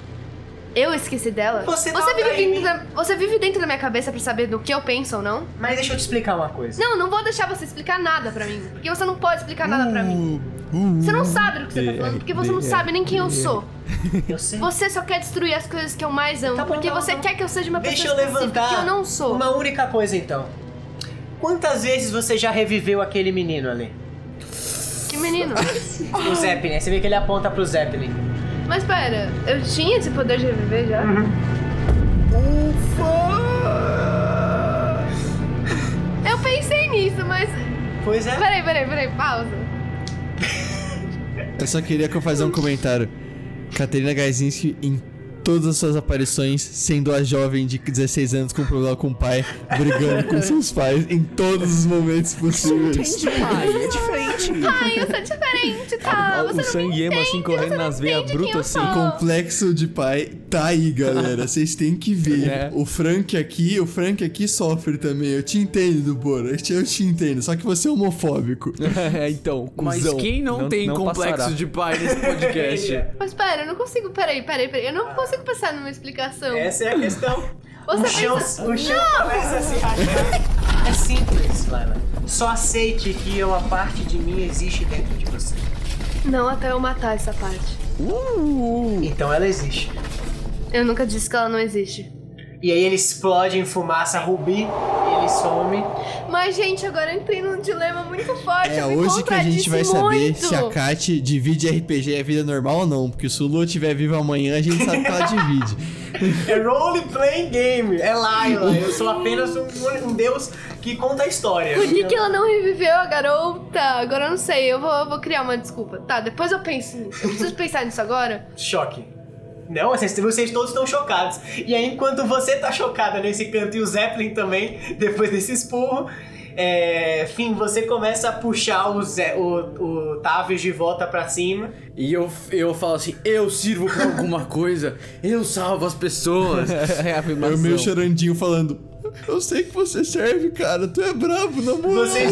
Speaker 3: Eu esqueci dela?
Speaker 1: Você não
Speaker 3: vive,
Speaker 1: atrai
Speaker 3: dentro
Speaker 1: mim.
Speaker 3: da... você vive dentro da minha cabeça pra saber do que eu penso ou não?
Speaker 1: Mas deixa eu te explicar uma coisa.
Speaker 3: Não, não vou deixar você explicar nada pra mim. Porque você não pode explicar nada pra mim.
Speaker 4: Uh,
Speaker 3: Você não sabe do que você tá falando, porque você não sabe nem quem eu sou.
Speaker 1: Eu sei.
Speaker 3: Você só quer destruir as coisas que eu mais amo,
Speaker 1: Tá bom,
Speaker 3: porque
Speaker 1: tá bom,
Speaker 3: você
Speaker 1: tá bom.
Speaker 3: quer que eu seja uma
Speaker 1: Deixa
Speaker 3: pessoa
Speaker 1: eu
Speaker 3: específica
Speaker 1: levantar
Speaker 3: que eu não sou.
Speaker 1: uma única coisa então. Quantas vezes você já reviveu aquele menino ali?
Speaker 3: Que menino.
Speaker 1: O Zeppelin. Você vê que ele aponta pro Zeppelin.
Speaker 3: Mas pera, eu tinha esse poder de reviver já?
Speaker 1: Uhum.
Speaker 3: Ufa! Eu pensei nisso, mas.
Speaker 1: Pois é.
Speaker 3: Peraí, peraí, peraí, pausa.
Speaker 5: Eu só queria que eu fazer um comentário. Caterina Gaizinski, em todas as suas aparições, sendo a jovem de 16 anos com problema com o pai, brigando com seus pais em todos os momentos possíveis.
Speaker 4: pai, é diferente.
Speaker 3: Ai, eu sou diferente, tá? Você
Speaker 4: o
Speaker 3: não
Speaker 4: sangue emo assim correndo nas veias brutas assim.
Speaker 3: sou.
Speaker 5: Complexo de pai, tá aí, galera. Vocês têm que ver.
Speaker 4: É.
Speaker 5: O Frank aqui, o Frank aqui sofre também. Eu te entendo, Bora. Eu te- Eu te entendo. Só que você é homofóbico.
Speaker 4: É, então,
Speaker 7: Mas
Speaker 4: cuzão.
Speaker 7: quem não, tem complexo
Speaker 4: passará.
Speaker 7: de pai nesse podcast?
Speaker 3: Mas pera, eu não consigo. Peraí, peraí, peraí. Eu não consigo pensar numa explicação.
Speaker 1: Essa é a questão.
Speaker 3: Você
Speaker 1: o chão,
Speaker 3: pensa-
Speaker 1: o chão começa a se rachar. assim, É simples, Lana. Só aceite que uma parte de mim existe dentro de você.
Speaker 3: Não até eu matar essa parte.
Speaker 1: Então ela existe.
Speaker 3: Eu nunca disse que ela não existe.
Speaker 1: E aí ele explode em fumaça rubi, ele some.
Speaker 3: Mas, gente, agora eu entrei num dilema muito forte.
Speaker 5: É
Speaker 3: eu me
Speaker 5: hoje que a gente vai
Speaker 3: contradisse
Speaker 5: saber
Speaker 3: muito.
Speaker 5: se a Kat divide RPG e a vida normal ou não. Porque se o Lu estiver vivo amanhã, a gente sabe que ela divide.
Speaker 1: É role playing game. É Laila. Eu sou apenas um, um deus que conta a história.
Speaker 3: Por que, que ela não reviveu a garota? Agora eu não sei, eu vou, eu vou criar uma desculpa. Tá, depois eu penso nisso. Eu preciso pensar nisso agora.
Speaker 1: Choque. Não, vocês, vocês todos estão chocados. E aí, enquanto você tá chocada nesse canto e o Zeppelin também, depois desse espurro, é, fim, você começa a puxar o, Zé, o, o Tavius de volta pra cima.
Speaker 7: E eu, eu falo assim, eu sirvo pra alguma coisa, eu salvo as pessoas.
Speaker 4: É a
Speaker 5: É
Speaker 4: afirmação.
Speaker 5: o meu chorandinho falando. Eu sei que você serve, cara. Tu é brabo, na moral.
Speaker 1: Você,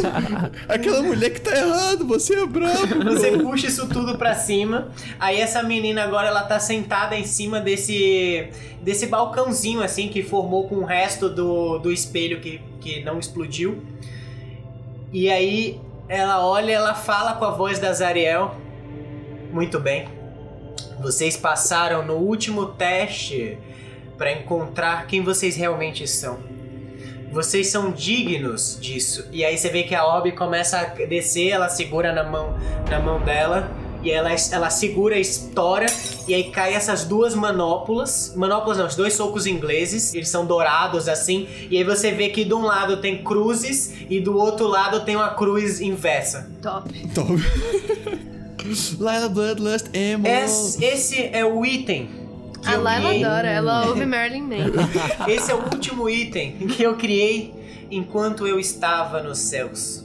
Speaker 5: Aquela mulher que tá errado, você é brabo.
Speaker 1: você puxa isso tudo pra cima. Aí essa menina agora ela tá sentada em cima desse desse balcãozinho assim que formou com o resto do, do espelho que, que não explodiu. E aí ela olha, ela fala com a voz da Zariel. Muito bem. Vocês passaram no último teste para encontrar quem vocês realmente são. Vocês são dignos disso. E aí você vê que a Orbe começa a descer, ela segura na mão, na mão dela. E ela, ela segura, estoura, e aí cai essas duas manópolas. Manópolas não, os dois socos ingleses, eles são dourados assim. E aí você vê que de um lado tem cruzes e do outro lado tem uma cruz inversa.
Speaker 3: Top.
Speaker 5: Tome. Lila Bloodlust Emo.
Speaker 1: Es- esse é o item. que
Speaker 3: A
Speaker 1: eu
Speaker 3: Laila
Speaker 1: criei.
Speaker 3: adora, ela ouve Marilyn Manson.
Speaker 1: Esse é o último item que eu criei enquanto eu estava nos céus.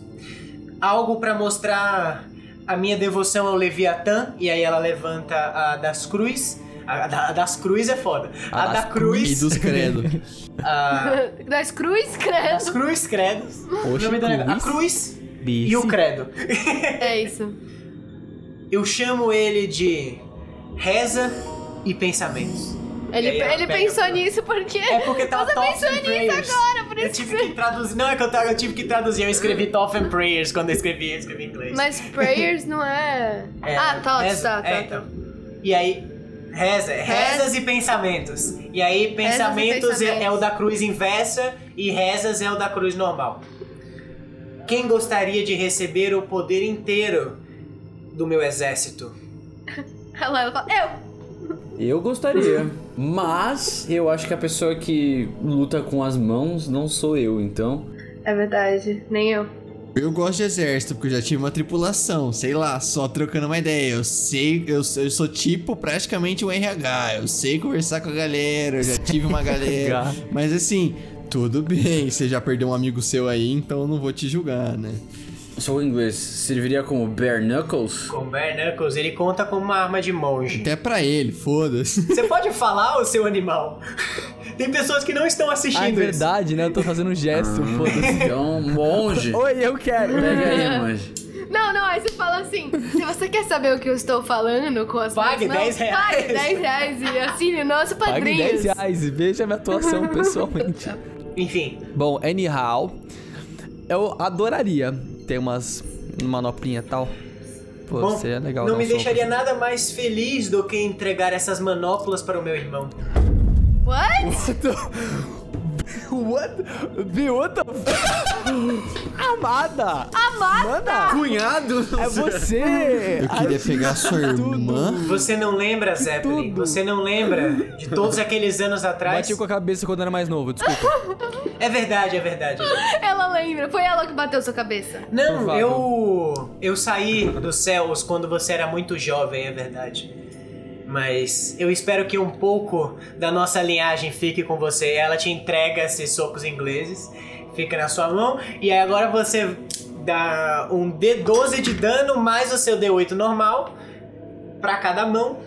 Speaker 1: Algo para mostrar a minha devoção ao Leviatã. E aí ela levanta a das cruz. A, da- a das cruz é foda. A, da
Speaker 5: E
Speaker 1: cruz.
Speaker 5: dos credo.
Speaker 1: A,
Speaker 3: Das cruz,
Speaker 1: das
Speaker 3: credo.
Speaker 1: cruz credos. O nome da- a cruz e o credo.
Speaker 3: É isso.
Speaker 1: Eu chamo ele de reza e pensamentos.
Speaker 3: Ele,
Speaker 1: E aí ela
Speaker 3: ele
Speaker 1: pega
Speaker 3: pensou
Speaker 1: pro-
Speaker 3: nisso porque.
Speaker 1: É porque tá
Speaker 3: Você
Speaker 1: Thoughts
Speaker 3: pensou
Speaker 1: and
Speaker 3: nisso
Speaker 1: Prayers.
Speaker 3: agora, por
Speaker 1: Eu
Speaker 3: isso
Speaker 1: tive
Speaker 3: que.
Speaker 1: que traduzir. Não, é que eu, tava- eu tive que traduzir. Eu escrevi Thoughts and Prayers quando eu escrevi, eu escrevi em inglês.
Speaker 3: Mas prayers não é.
Speaker 1: É,
Speaker 3: ah, thoughts,
Speaker 1: reza-
Speaker 3: tá, tá,
Speaker 1: é,
Speaker 3: tá.
Speaker 1: então. E aí, reza, rezas e pensamentos. E aí, pensamentos, é- É,
Speaker 3: pensamentos.
Speaker 1: o da cruz inversa e rezas é o da cruz normal. Quem gostaria de receber o poder inteiro do meu exército?
Speaker 3: Ela, ela fala, eu!
Speaker 7: Eu gostaria, mas eu acho que a pessoa que luta com as mãos não sou eu, então.
Speaker 3: É verdade, nem eu.
Speaker 5: Eu gosto de exército, porque eu já tive uma tripulação, sei lá, só trocando uma ideia. Eu sei, eu, eu sou tipo praticamente um RH, eu sei conversar com a galera, eu já tive uma galera. Mas assim, tudo bem, você já perdeu um amigo seu aí, então eu não vou te julgar, né?
Speaker 2: Só o inglês serviria como bare knuckles?
Speaker 1: Com Bare Knuckles, ele conta como uma arma de
Speaker 4: Então-
Speaker 1: monge.
Speaker 5: Até pra ele, foda-se.
Speaker 1: Você pode falar, o seu animal? Tem pessoas que não estão assistindo
Speaker 4: Ah, é
Speaker 1: isso.
Speaker 4: verdade, né? Eu tô fazendo um gesto, foda-se.
Speaker 2: Então, monge.
Speaker 4: Oi, eu quero.
Speaker 2: Pega aí, monge.
Speaker 3: Não, não, aí você fala assim: se você quer saber o que eu estou falando com as
Speaker 1: Pague
Speaker 3: minhas
Speaker 1: 10
Speaker 3: mãos,
Speaker 1: reais.
Speaker 3: Pague 10 reais e assine o nosso
Speaker 4: Pague
Speaker 3: padrinho.
Speaker 4: 10 reais e veja minha atuação pessoalmente.
Speaker 1: Enfim,
Speaker 4: Bom, anyhow, eu adoraria ter umas manoplinha e tal. Pô,
Speaker 1: Bom,
Speaker 4: seria legal. dar
Speaker 1: não
Speaker 4: um
Speaker 1: me
Speaker 4: som.
Speaker 1: deixaria nada mais feliz do que entregar essas manoplas para o meu irmão.
Speaker 3: What?
Speaker 4: What? Bi, what the f- Amada! Amada!
Speaker 2: Cunhado?
Speaker 4: É você!
Speaker 5: Eu queria pegar a sua irmã.
Speaker 1: Você não lembra, Zeppelin?
Speaker 4: tudo.
Speaker 1: Você não lembra de todos aqueles anos atrás?
Speaker 4: Bati com a cabeça quando era mais novo, desculpa.
Speaker 1: É verdade, é verdade.
Speaker 3: Ela lembra, foi ela que bateu sua cabeça.
Speaker 1: Não,
Speaker 4: Provável.
Speaker 1: eu. Eu saí dos céus quando você era muito jovem, é verdade. Mas eu espero que um pouco da nossa linhagem fique com você. Ela te entrega esses socos ingleses, fica na sua mão, e aí agora você dá um D12 de dano mais o seu D8 normal pra cada mão,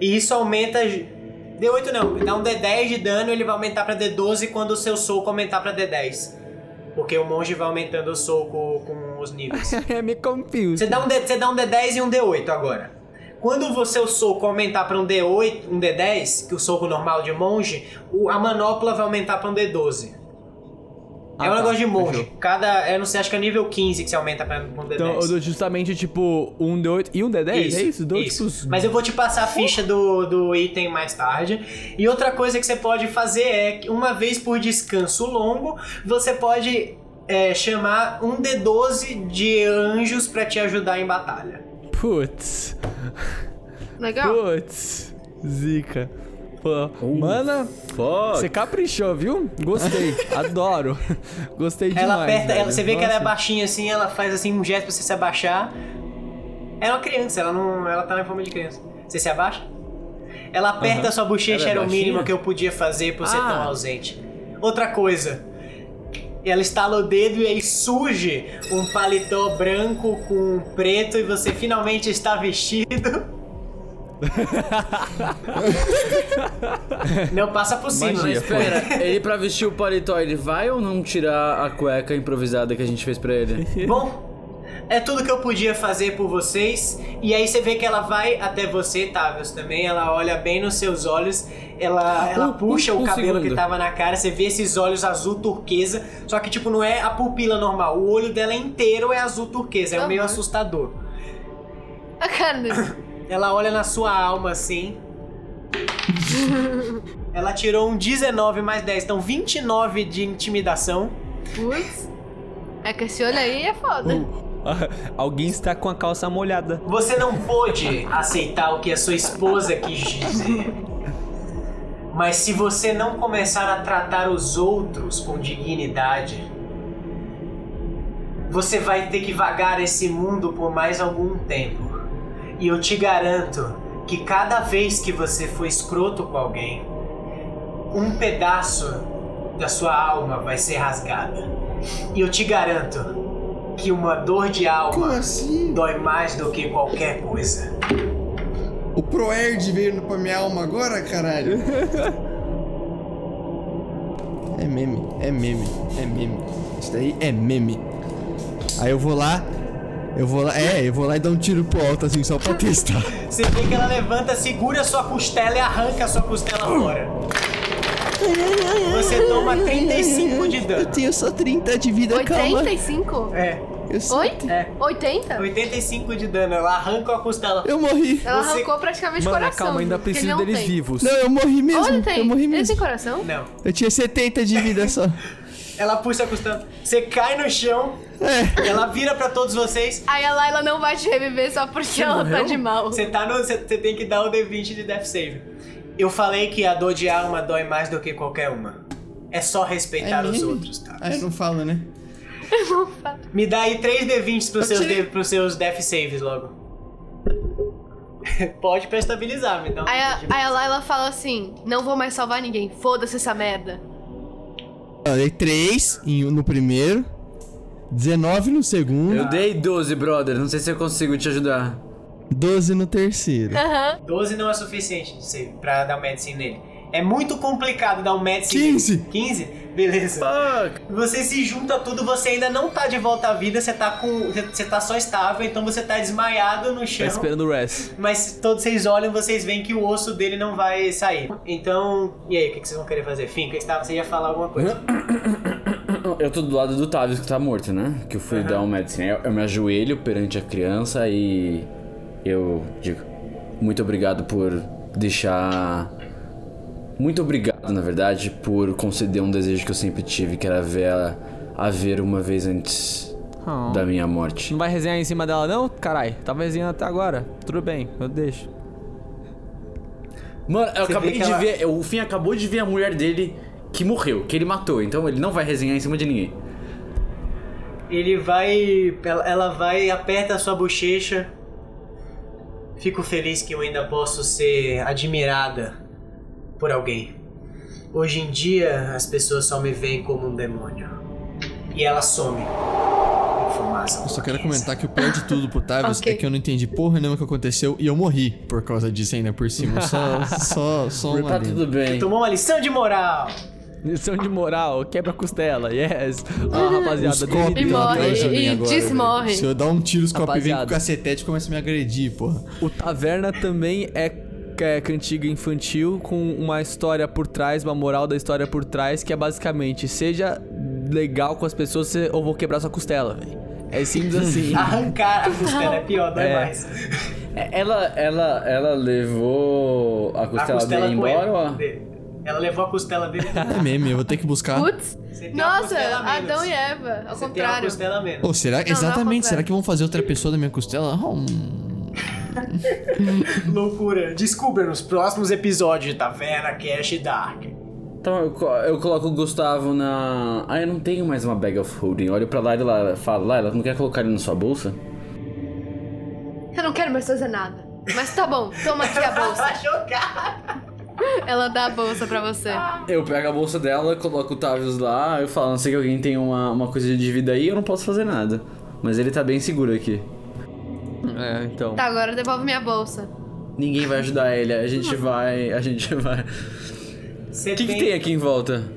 Speaker 1: e isso aumenta. D8 não, dá um D10 de dano, ele vai aumentar pra D12 quando o seu soco aumentar pra D10. Porque o monge vai aumentando o soco com os níveis.
Speaker 4: Me confuse.
Speaker 1: Você dá um, D, você dá um D10 e um D8 agora. Quando você o soco aumentar para um D8, um D10, que o soco normal de monge, o- a manopla vai aumentar para um D12. é
Speaker 4: Ah,
Speaker 1: um
Speaker 4: tá.
Speaker 1: negócio de monge.
Speaker 4: Fechou.
Speaker 1: Cada, eu não sei, acho que é nível 15 que você aumenta para um D10.
Speaker 4: Então eu dou justamente tipo um D8 e um D10, é isso? Dou
Speaker 1: isso.
Speaker 4: tipo. os-
Speaker 1: Mas eu vou te passar a ficha do, do item mais tarde. E outra coisa que você pode fazer é que uma vez por descanso longo, você pode é, chamar um D12 de anjos pra te ajudar em batalha.
Speaker 4: Putz.
Speaker 3: Legal?
Speaker 4: Putz, zica. Pô,
Speaker 1: Uh.
Speaker 4: mana, você caprichou, viu? Gostei, adoro. Gostei demais.
Speaker 1: ela aperta, ela-
Speaker 4: velho.
Speaker 1: você vê que ela é
Speaker 4: Nossa.
Speaker 1: baixinha assim, ela faz assim um gesto pra você se abaixar. Ela é uma criança, ela não, ela tá na forma de criança. Você se abaixa? Ela aperta sua bochecha,
Speaker 2: Ela é
Speaker 1: era o
Speaker 2: baixinha?
Speaker 1: mínimo que eu podia fazer por ser
Speaker 4: Ah.
Speaker 1: tão ausente. Outra coisa. Ela estala o dedo e aí surge um paletó branco com um preto e você finalmente está vestido. não passa por cima,
Speaker 4: Magia,
Speaker 1: mas espera.
Speaker 2: Pera, ele pra vestir o paletó, ele vai ou não tirar a cueca improvisada que a gente fez pra ele?
Speaker 1: Bom, é tudo que eu podia fazer por vocês. E aí você vê que ela vai até você, Tavius, também. Ela olha bem nos seus olhos. Ela, ela
Speaker 2: um-
Speaker 1: puxa
Speaker 2: um
Speaker 1: o cabelo que
Speaker 2: segundo.
Speaker 1: tava na cara. Você vê esses olhos azul turquesa. Só que, tipo, não é a pupila normal. O olho dela inteiro é azul turquesa. É
Speaker 3: Aham.
Speaker 1: meio assustador.
Speaker 3: A cara dele.
Speaker 1: Ela olha na sua alma assim. ela tirou um 19 mais 10, então 29 de intimidação.
Speaker 3: Putz. É que esse olho aí é foda.
Speaker 4: Alguém está com a calça molhada.
Speaker 1: Você não pôde aceitar o que a sua esposa quis dizer. Mas se você não começar a tratar os outros com dignidade, você vai ter que vagar esse mundo por mais algum tempo. E eu te garanto que cada vez que você for escroto com alguém, um pedaço da sua alma vai ser rasgada. E eu te garanto que uma dor de alma
Speaker 5: Como assim?
Speaker 1: dói mais do que qualquer coisa.
Speaker 5: O Proerd veio pra minha alma agora, caralho? É meme, é meme, é meme. Isso daí é meme. Aí eu vou lá, Eu vou lá, é, eu vou lá e dar um tiro pro alto assim só pra testar.
Speaker 1: Você vê que ela levanta, segura sua costela e arranca a sua costela fora. Você toma 35 de dano.
Speaker 5: Eu tenho só 30 de vida, calma.
Speaker 3: 85?
Speaker 1: É,
Speaker 5: Eu, só-
Speaker 3: Oi?
Speaker 1: É.
Speaker 3: 80?
Speaker 1: 85 de dano. Ela arranca a costela.
Speaker 5: eu morri.
Speaker 3: Ela
Speaker 1: Você-
Speaker 3: arrancou praticamente o
Speaker 4: Mano,
Speaker 3: coração.
Speaker 4: calma, ainda
Speaker 3: porque ele
Speaker 4: preciso
Speaker 3: não
Speaker 4: deles
Speaker 3: tem.
Speaker 4: vivos.
Speaker 5: Não, eu morri mesmo.
Speaker 3: Olha, tem.
Speaker 5: Eu morri
Speaker 3: Ele tem
Speaker 5: mesmo.
Speaker 3: coração?
Speaker 1: Não.
Speaker 5: Eu tinha 70 de vida só.
Speaker 1: Ela puxa a costela. Você cai no chão.
Speaker 5: É.
Speaker 1: Ela vira pra todos vocês.
Speaker 3: Aí a Laila não vai te reviver só porque ela tá de mal.
Speaker 1: Você tá no. Você você tem que dar o D20 de Death Save. Eu falei que a dor de alma dói mais do que qualquer uma. É só respeitar
Speaker 5: É
Speaker 1: os
Speaker 5: mesmo?
Speaker 1: outros, tá?
Speaker 5: Ah, eu não falo, né?
Speaker 1: Me dá aí 3 D20s pros
Speaker 5: Eu
Speaker 1: seus,
Speaker 5: tirei.
Speaker 1: de- pros seus Death Saves logo. Pode pra estabilizar, me dá um
Speaker 3: Aí a,
Speaker 1: D20.
Speaker 3: aí a Laila fala assim: não vou mais salvar ninguém, foda-se essa merda.
Speaker 5: Eu dei 3 um no primeiro, 19 no segundo,
Speaker 2: Eu dei 12, brother. Não sei se eu consigo te ajudar.
Speaker 5: 12 no terceiro.
Speaker 1: 12 não é suficiente de save pra dar um medicine nele. É muito complicado dar um medicine.
Speaker 5: 15.
Speaker 1: nele. 15? Beleza. Você se junta tudo, você ainda não tá de volta à vida, você tá com. Você tá só estável, então você tá desmaiado no
Speaker 4: Tá
Speaker 1: chão.
Speaker 4: esperando o Res.
Speaker 1: Mas todos vocês olham, vocês veem que o osso dele não vai sair. Então, e aí, o que que vocês vão querer fazer? Fim, o que que você tava- você ia falar alguma coisa?
Speaker 2: Eu tô do lado do Tavius que tá morto, né? Que eu fui dar um medicine. Eu, eu me ajoelho perante a criança e eu digo muito obrigado por deixar. Muito obrigado, na verdade, por conceder um desejo que eu sempre tive, que era ver ela a ver uma vez antes
Speaker 4: Ah.
Speaker 2: da minha morte.
Speaker 4: Não vai resenhar em cima dela, não? Carai, tava resenhando até agora. Tudo bem, eu deixo.
Speaker 2: Mano, eu
Speaker 1: Você
Speaker 2: acabei
Speaker 1: vê
Speaker 2: de
Speaker 1: que ela-
Speaker 2: ver. O Finn acabou de ver a mulher dele que morreu, que ele matou, então ele não vai resenhar em cima de ninguém.
Speaker 1: Ele vai. Ela ela vai, aperta a sua bochecha. Fico feliz que eu ainda posso ser admirada por alguém. Hoje em dia as pessoas só me veem como um demônio. E ela some. em Fumaça.
Speaker 5: Eu só quero comentar que o pior de tudo pro Tavius
Speaker 3: Ok.
Speaker 5: é que eu não entendi porra nenhuma que aconteceu e eu morri por causa disso ainda por cima. Só, só, só um
Speaker 2: Tá
Speaker 5: adendo.
Speaker 2: tudo bem.
Speaker 1: Tomou uma lição de moral!
Speaker 4: Lição de moral, quebra a costela, yes. Ó,
Speaker 3: Uhum.
Speaker 4: rapaziada,
Speaker 5: Os
Speaker 4: DVD.
Speaker 5: copos
Speaker 3: E morre,
Speaker 5: atrás de mim
Speaker 3: e
Speaker 5: agora, velho.
Speaker 3: desmorre.
Speaker 5: Se eu dar um tiro, os copos vêm com
Speaker 4: Rapaziada.
Speaker 5: cacetete e começam a me agredir, porra.
Speaker 4: O Taverna também é, é cantiga infantil com uma história por trás, uma moral da história por trás, que é basicamente, seja legal com as pessoas se- ou vou quebrar sua costela, velho. É simples assim.
Speaker 1: Ah. Arrancar a costela é pior, dói
Speaker 4: É.
Speaker 1: mais.
Speaker 2: Ela, ela, ela levou a
Speaker 1: A
Speaker 2: costela,
Speaker 1: costela
Speaker 2: dele
Speaker 1: com
Speaker 2: embora?
Speaker 1: ela.
Speaker 2: ó?
Speaker 1: Ela levou a costela dele.
Speaker 5: É meme, eu vou ter que buscar.
Speaker 3: Putz,
Speaker 1: Você tem uma
Speaker 3: nossa,
Speaker 1: costela a menos.
Speaker 3: Adão e Eva, ao
Speaker 1: Você tem uma
Speaker 3: contrário.
Speaker 1: costela a menos.
Speaker 5: Ou será
Speaker 3: não é o
Speaker 5: Exatamente, será
Speaker 3: contrário.
Speaker 5: que vão fazer outra pessoa da minha costela? Hum.
Speaker 1: Loucura. Descubra nos próximos episódios de Taverna Cash Dark.
Speaker 2: Então eu, co- eu coloco o Gustavo na. Ah, eu não tenho mais uma bag of holding. Olho pra Laila e Laila falo, Laila, não quer colocar ele na sua bolsa?
Speaker 3: Eu não quero mais fazer nada. Mas tá bom, toma aqui a bolsa. Ela dá a bolsa pra você.
Speaker 2: Eu pego a bolsa dela, coloco o Tavius lá, eu falo, não sei que alguém tem uma, uma coisa de vida aí, eu não posso fazer nada. Mas ele tá bem seguro aqui.
Speaker 4: É, então.
Speaker 3: Tá, agora devolve minha bolsa.
Speaker 2: Ninguém vai ajudar ele, a gente vai. A gente vai.
Speaker 1: Você
Speaker 2: O que, que tem aqui em volta?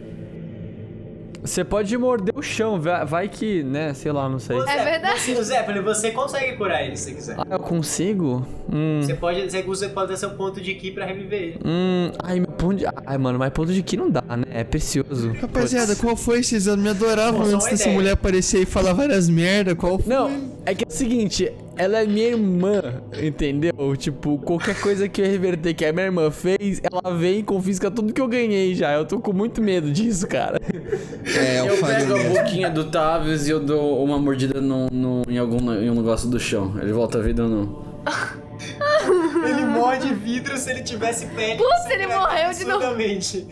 Speaker 4: Você pode morder o chão, vai, vai que, né, sei lá, não sei.
Speaker 1: Ô, Zé,
Speaker 3: É verdade.
Speaker 1: Você, Zeppelin, você consegue curar ele se você quiser.
Speaker 4: Ah, eu consigo? Hum.
Speaker 1: Você pode, você usa- pode dar seu ponto de ki pra reviver ele.
Speaker 4: Hum. Ai, meu ponto de. Ai, mano, mas ponto de que não dá, né? É precioso.
Speaker 5: Rapaziada,
Speaker 4: Putz.
Speaker 5: qual foi? Vocês me adoravam
Speaker 1: Pô, só
Speaker 5: antes
Speaker 1: uma
Speaker 5: dessa
Speaker 1: ideia.
Speaker 5: mulher aparecer e falar várias merda. Qual foi?
Speaker 4: Não, é que é o seguinte, ela é minha irmã, entendeu? Tipo, qualquer coisa que eu reverter que a minha irmã fez, ela vem e confisca tudo que eu ganhei já. Eu tô com muito medo disso, cara.
Speaker 5: É,
Speaker 2: Eu pego a boquinha do Tavius e eu dou uma mordida no, no- em algum em um negócio do chão. Ele volta à vida ou não?
Speaker 1: Ele morde vidro se ele tivesse pele.
Speaker 3: Putz, ele morreu de novo.
Speaker 1: Absolutamente.